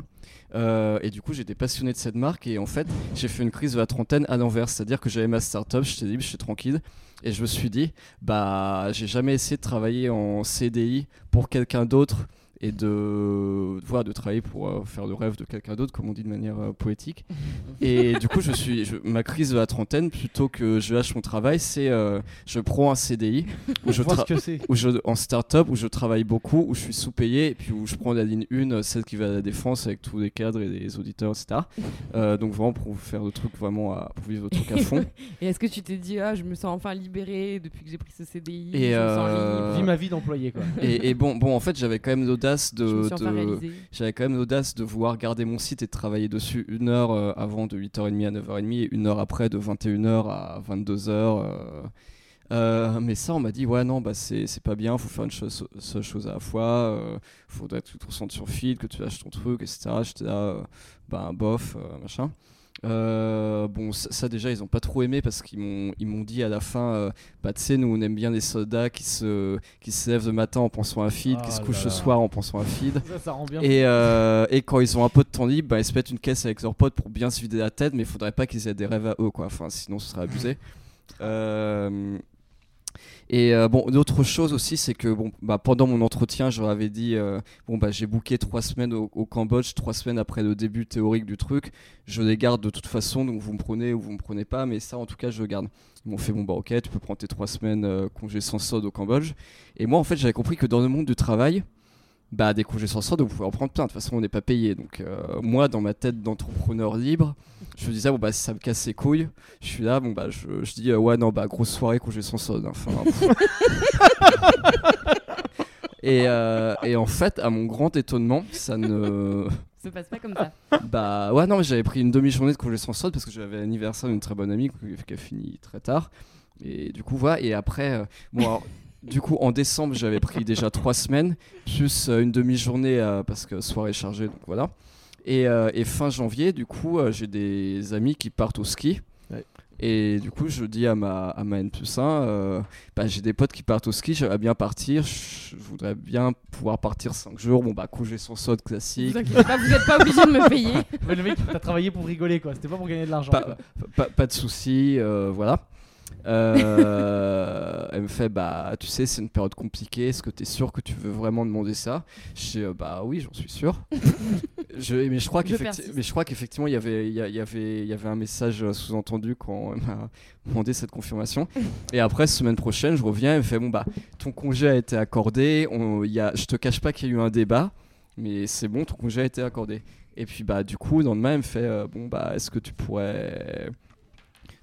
Speaker 6: Euh, et du coup, j'étais passionné de cette marque. Et en fait, j'ai fait une crise de la trentaine à l'envers. C'est-à-dire que j'avais ma start-up, j'étais libre, j'étais tranquille. Et je me suis dit, bah, j'ai jamais essayé de travailler en CDI pour quelqu'un d'autre et de, voilà, de travailler pour euh, faire le rêve de quelqu'un d'autre, comme on dit de manière euh, poétique. Et du coup, je suis, je- ma crise de la trentaine, plutôt que je lâche mon travail, c'est euh, je prends un CDI où je,
Speaker 1: Je vois ce
Speaker 6: tra-
Speaker 1: que c'est.
Speaker 6: où je- en start-up, où je travaille beaucoup, où je suis sous-payé, et puis où je prends la ligne 1, celle qui va à la défense avec tous les cadres et les auditeurs, etc. Euh, donc vraiment pour faire le truc vraiment à, pour vivre le truc à fond.
Speaker 2: Et est-ce que tu t'es dit, ah, je me sens enfin libérée depuis que j'ai pris ce CDI
Speaker 6: Et,
Speaker 2: je me sens
Speaker 6: euh,
Speaker 2: libre,
Speaker 1: Vis ma vie d'employé, quoi.
Speaker 6: Et, et bon, bon, en fait, j'avais quand même l'audace
Speaker 2: je me
Speaker 6: de,
Speaker 2: suis enfin
Speaker 6: de,
Speaker 2: réalisée.
Speaker 6: J'avais quand même l'audace de vouloir garder mon site et de travailler dessus une heure euh, avant de 8h30 à 9h30 et une heure après de 21h à 22h. euh. Euh, mais ça, on m'a dit, ouais, non, bah, c'est c'est pas bien, faut faire une chose, seule chose à la fois, euh, faudrait que tu te concentres sur Phil, que tu lâches ton truc, etc. J'étais là, euh, bah, bof, euh, machin. Euh, bon, ça, ça, déjà, ils ont pas trop aimé parce qu'ils m'ont ils m'ont dit à la fin, euh, bah, tu sais, nous on aime bien les soldats qui se, qui se lèvent le matin en pensant à Phil, qui
Speaker 1: Ah
Speaker 6: se
Speaker 1: là
Speaker 6: couchent
Speaker 1: là.
Speaker 6: le soir en pensant à Phil.
Speaker 1: Ça, ça rend bien.
Speaker 6: Et, euh, et quand ils ont un peu de temps libre, bah, ils se mettent une caisse avec leurs potes pour bien se vider la tête, mais il faudrait pas qu'ils aient des rêves à eux, quoi. Enfin, sinon, ce serait abusé. Euh, et euh, bon, l'autre chose aussi, c'est que bon, bah, pendant mon entretien, je leur avais dit euh, bon, bah, j'ai booké trois semaines au, au Cambodge, trois semaines après le début théorique du truc. Je les garde de toute façon, donc vous me prenez ou vous me prenez pas, mais ça, en tout cas, je le garde. Ils m'ont fait bon, bah, ok, tu peux prendre tes trois semaines euh, congé sans solde au Cambodge. Et moi, en fait, j'avais compris que dans le monde du travail, bah, des congés sans solde, vous pouvez en prendre plein. De toute façon, on n'est pas payé. Donc, euh, moi, dans ma tête d'entrepreneur libre, je me disais, bon, bah, si ça me casse les couilles, je suis là, bon, bah, je, je dis, euh, ouais, non, bah, grosse soirée, congé sans solde. hein. Enfin, pff. et, euh, et en fait, à mon grand étonnement, ça ne.
Speaker 2: Ça se passe pas comme ça.
Speaker 6: Bah ouais, non, mais j'avais pris une demi-journée de congé sans solde parce que j'avais l'anniversaire d'une très bonne amie qui- qui a fini très tard. Et du coup, voilà. Et après, euh, bon, alors, du coup, en décembre, j'avais pris déjà trois semaines, plus euh, une demi-journée euh, parce que soirée chargée, donc voilà. Et, euh, et fin janvier, du coup, euh, j'ai des amis qui partent au ski.
Speaker 3: Ouais.
Speaker 6: Et du coup, je dis à ma, à ma N plus 1, bah, j'ai des potes qui partent au ski, j'aimerais bien partir, je je voudrais bien pouvoir partir 5 jours. Bon, bah, congé sans solde classique.
Speaker 2: Vous inquiétez pas, vous n'êtes pas obligé de me payer.
Speaker 1: Mais le mec, t'as travaillé pour rigoler, quoi. C'était pas pour gagner de l'argent.
Speaker 6: Pas-
Speaker 1: quoi.
Speaker 6: pas, pas de soucis, euh, voilà. Euh, elle me fait bah tu sais c'est une période compliquée est-ce que t'es sûr que tu veux vraiment demander ça je dis, euh, bah oui j'en suis sûr je, mais je crois
Speaker 2: Je
Speaker 6: qu'effectivement
Speaker 2: persiste.
Speaker 6: mais je crois qu'effectivement il y avait il y, a- il y avait il y avait un message euh, sous-entendu quand elle m'a demandé cette confirmation et après semaine prochaine je reviens elle me fait bon bah ton congé a été accordé on il y a je te cache pas qu'il y a eu un débat mais c'est bon ton congé a été accordé et puis bah du coup, dans le même fait, euh, bon bah est-ce que tu pourrais,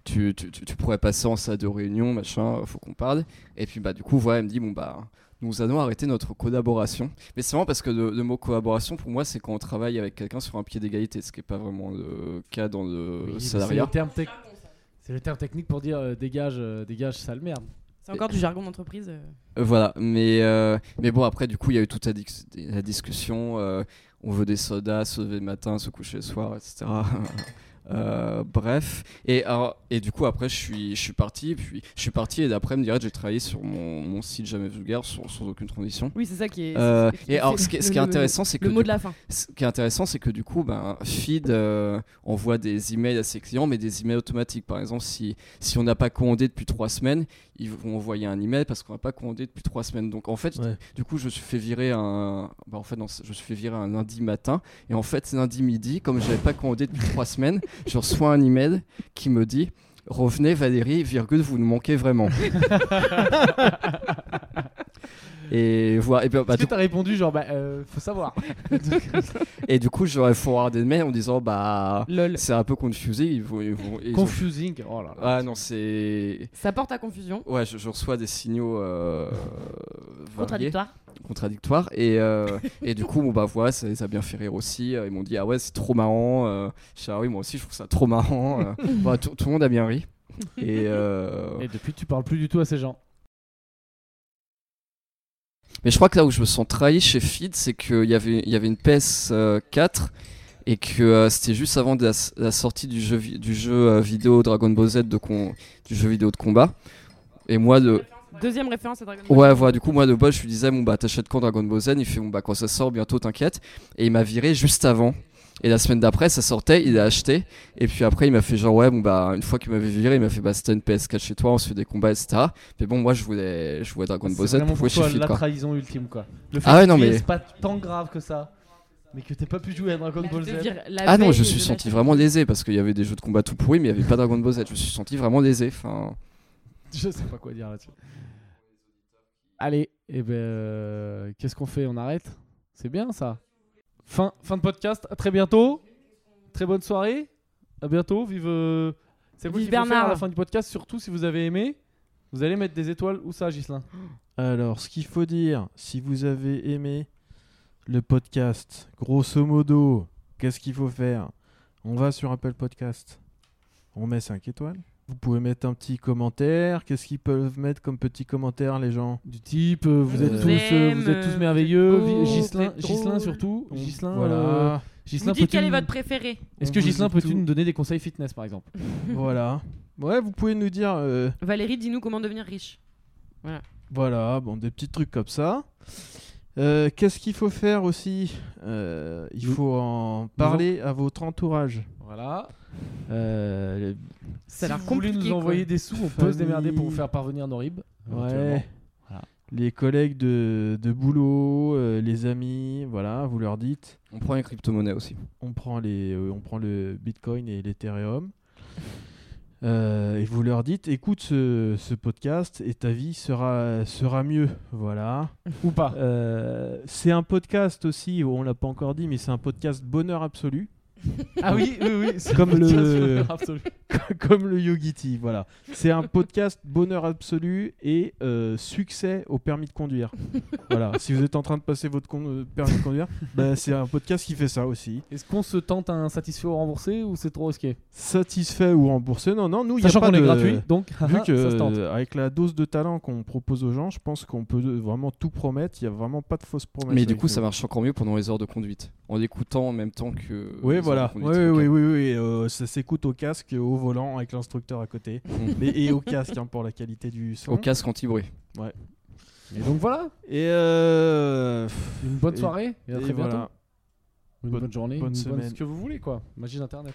Speaker 6: tu, tu, tu- tu pourrais passer en salle de réunion, machin, euh, faut qu'on parle. Et puis bah du coup, voilà, elle me dit bon bah nous allons arrêter notre collaboration. Mais c'est vraiment parce que le, le mot collaboration pour moi c'est quand on travaille avec quelqu'un sur un pied d'égalité, ce qui n'est pas vraiment le cas dans le
Speaker 1: Oui, mais c'est
Speaker 6: salariat.
Speaker 1: le terme tec- C'est le terme technique pour dire euh, dégage, euh, dégage, sale merde.
Speaker 2: C'est encore du jargon d'entreprise. euh.
Speaker 6: Euh, Voilà, mais, euh, mais bon, après, du coup, il y a eu toute la, dis- la discussion. euh, on veut des sodas, se lever le matin, se coucher le soir, etc. Euh, bref, et, alors- et du coup, après, je suis, je suis parti. Puis, je suis parti, et d'après, me dirait j'ai travaillé sur mon, mon site Jamais Vulgaire sans, sans aucune transition.
Speaker 2: Oui, c'est ça qui est.
Speaker 6: Euh,
Speaker 2: c'est- c'est-
Speaker 6: et alors,
Speaker 2: c'est
Speaker 6: ce qui, est-
Speaker 2: le-
Speaker 6: ce qui est
Speaker 2: le-
Speaker 6: intéressant, c'est que
Speaker 2: Le
Speaker 6: du
Speaker 2: mot de la fin.
Speaker 6: ce qui est intéressant, c'est que du coup, ben, Feed euh, envoie des emails à ses clients, mais des emails automatiques. Par exemple, si, si on n'a pas commandé depuis trois semaines, ils vont envoyer un email parce qu'on n'a pas commandé depuis trois semaines. Donc en fait,
Speaker 3: Ouais.
Speaker 6: du coup, je me suis fait virer un, ben, en fait, non, je me suis fait virer un lundi matin. Et en fait, lundi midi, comme je n'avais pas commandé depuis trois semaines, je reçois un email qui me dit Revenez Valérie, virgule, vous nous manquez vraiment. et voilà. Et ben, bah,
Speaker 1: Est-ce
Speaker 6: du
Speaker 1: que t'as répondu genre bah euh, faut savoir.
Speaker 6: et du coup, j'aurais forwardé le mail en disant bah
Speaker 2: LOL.
Speaker 6: c'est un peu confusé. Ils vont, ils vont- ils ont-
Speaker 1: Confusing. Oh là là.
Speaker 6: Ah non, c'est
Speaker 2: Ça porte à confusion.
Speaker 6: ouais, je, je reçois des signaux euh, variés,
Speaker 2: Contradictoire.
Speaker 6: contradictoires et, euh, et du coup, bon bah voilà, ça, ça a bien fait rire aussi. Ils m'ont dit ah ouais, c'est trop marrant. Euh, je dis, ah oui, moi aussi, je trouve ça trop marrant. Euh, bah, tout, tout le monde a bien ri. Et, euh,
Speaker 1: Et depuis tu parles plus du tout à ces gens.
Speaker 6: Mais je crois que là où je me sens trahi chez Feed, c'est qu'il y avait, il y avait une PS4 et que euh, c'était juste avant de la, s- la sortie du jeu, vi- du jeu euh, vidéo Dragon Ball Z, de con- du jeu vidéo de combat. Et moi, de,
Speaker 2: Deuxième référence à Dragon Ball.
Speaker 6: ouais, voilà, du coup, moi de bol, je lui disais, bon bah, t'achètes quand Dragon Ball Z Il fait, bon bah, quand ça sort, bientôt, t'inquiète. Et il m'a viré juste avant. Et la semaine d'après, ça sortait, il a acheté. Et puis après, il m'a fait genre, ouais, bon bah, une fois qu'il m'avait viré, il m'a fait, bah, c'était une PS4 chez toi, on se fait des combats, etc. Mais bon, moi, je voulais, je voulais Dragon Ball
Speaker 1: C'est
Speaker 6: Z
Speaker 1: vraiment
Speaker 6: pour jouer
Speaker 1: pour
Speaker 6: chez
Speaker 1: toi
Speaker 6: Feed,
Speaker 1: la
Speaker 6: quoi.
Speaker 1: trahison ultime quoi. Le
Speaker 6: Ah ouais,
Speaker 1: que
Speaker 6: non,
Speaker 1: tu y
Speaker 6: mais-
Speaker 1: es, C'est pas tant grave que ça. Mais que t'aies pas pu jouer à Dragon
Speaker 2: La
Speaker 1: Ball Z.
Speaker 2: devir- la
Speaker 6: Ah non,
Speaker 2: veille
Speaker 6: je
Speaker 2: de
Speaker 6: suis
Speaker 2: la
Speaker 6: senti
Speaker 2: chaîne.
Speaker 6: vraiment lésé parce qu'il y avait des jeux de combat tout pourris, mais il n'y avait pas Dragon Ball Z. Je me suis senti vraiment lésé. Enfin,
Speaker 1: Je sais pas quoi dire là-dessus. Allez, et ben, euh, qu'est-ce qu'on fait On arrête C'est bien ça. Fin, fin de podcast. À très bientôt. Très bonne soirée. À bientôt. Vive. euh, C'est vous
Speaker 2: Vive
Speaker 1: qui vont faire à la
Speaker 2: Bernard.
Speaker 1: fin du podcast. Surtout si vous avez aimé, vous allez mettre des étoiles ou ça, Gislin.
Speaker 3: Alors, ce qu'il faut dire, si vous avez aimé le podcast, grosso modo, qu'est-ce qu'il faut faire On va sur Apple Podcast, on met 5 étoiles. Vous pouvez mettre un petit commentaire. Qu'est-ce qu'ils peuvent mettre comme petit commentaire, les gens
Speaker 1: Du type, euh, vous,
Speaker 2: Vous
Speaker 1: êtes tous, euh,
Speaker 2: aime,
Speaker 1: vous êtes
Speaker 2: vous
Speaker 1: tous
Speaker 2: êtes
Speaker 1: merveilleux.
Speaker 2: beau,
Speaker 1: Vi-
Speaker 2: vous
Speaker 1: Ghislain,
Speaker 2: êtes
Speaker 1: Ghislain
Speaker 2: drôle.
Speaker 1: surtout.
Speaker 3: On-
Speaker 1: Ghislain,
Speaker 3: voilà.
Speaker 1: euh, Ghislain,
Speaker 2: Vous dites
Speaker 1: peux-tu
Speaker 2: quel est
Speaker 1: nous-
Speaker 2: votre préféré
Speaker 1: Est-ce
Speaker 3: on
Speaker 1: que
Speaker 3: vous
Speaker 1: Gislin,
Speaker 3: dit
Speaker 1: peux-tu
Speaker 3: tout.
Speaker 1: nous donner des conseils fitness par exemple
Speaker 3: Voilà. Ouais, vous pouvez nous dire, euh,
Speaker 2: Valérie, dis-nous comment devenir riche.
Speaker 3: voilà, bon, des petits trucs comme ça. Euh, Qu'est-ce qu'il faut faire aussi Euh, Il
Speaker 1: Nous-
Speaker 3: faut en parler à votre entourage.
Speaker 1: Voilà.
Speaker 3: Euh,
Speaker 2: Ça
Speaker 1: Ça si
Speaker 2: a l'air
Speaker 1: vous voulez nous
Speaker 2: compliqué,
Speaker 1: envoyer
Speaker 2: quoi.
Speaker 1: des sous, on peut
Speaker 3: Famille.
Speaker 1: se démerder pour vous faire parvenir nos ribs. éventuellement.
Speaker 3: Ouais.
Speaker 1: Voilà.
Speaker 3: Les collègues de, de boulot, euh, les amis, voilà, vous leur dites.
Speaker 6: on prend les crypto-monnaies aussi.
Speaker 3: On prend, les, euh, on prend le Bitcoin et l'Ethereum. Euh, et vous leur dites, écoute ce, ce podcast et ta vie sera, sera mieux. Voilà.
Speaker 1: Ou pas.
Speaker 3: Euh, c'est un podcast aussi, on l'a pas encore dit, mais c'est un podcast bonheur absolu.
Speaker 1: Ah oui, oui, oui. c'est
Speaker 3: Comme
Speaker 1: un podcast
Speaker 3: le-
Speaker 1: sur l'honneur absolu.
Speaker 3: comme le Yogiti, voilà. C'est un podcast bonheur absolu et euh, succès au permis de conduire. voilà, si vous êtes en train de passer votre con- euh, permis de conduire, bah, c'est un podcast qui fait ça aussi.
Speaker 1: Est-ce qu'on se tente un satisfait ou remboursé ou c'est trop risqué
Speaker 3: Satisfait ou remboursé Non, non, nous, il y a
Speaker 1: Sachant
Speaker 3: pas
Speaker 1: qu'on est
Speaker 3: de-
Speaker 1: gratuit, donc
Speaker 3: Vu
Speaker 1: haha,
Speaker 3: que,
Speaker 1: Ah ça se tente.
Speaker 3: euh, avec la dose de talent qu'on propose aux gens, je pense qu'on peut euh, vraiment tout promettre. Il n'y a vraiment pas de fausses promesses.
Speaker 6: Mais du
Speaker 3: avec
Speaker 6: coup,
Speaker 3: nous.
Speaker 6: ça marche encore mieux pendant les heures de conduite. En l'écoutant en même temps que. les
Speaker 3: Oui,
Speaker 6: heures
Speaker 3: voilà.
Speaker 6: de
Speaker 3: Oui,
Speaker 6: conduite.
Speaker 3: oui,
Speaker 6: Ok.
Speaker 3: oui, oui, oui, euh, ça s'écoute au casque, euh, au volant, avec l'instructeur à côté. Mais, et au casque hein, pour la qualité du son.
Speaker 6: Au casque anti-bruit.
Speaker 1: Et donc voilà,
Speaker 3: Et euh,
Speaker 1: une bonne
Speaker 3: Et-
Speaker 1: soirée et à
Speaker 3: et
Speaker 1: très bientôt.
Speaker 3: voilà.
Speaker 1: Une
Speaker 3: Bonne-
Speaker 1: bonne journée,
Speaker 3: bonne
Speaker 1: une bonne
Speaker 3: semaine.
Speaker 1: ce que vous voulez quoi. Magie d'internet.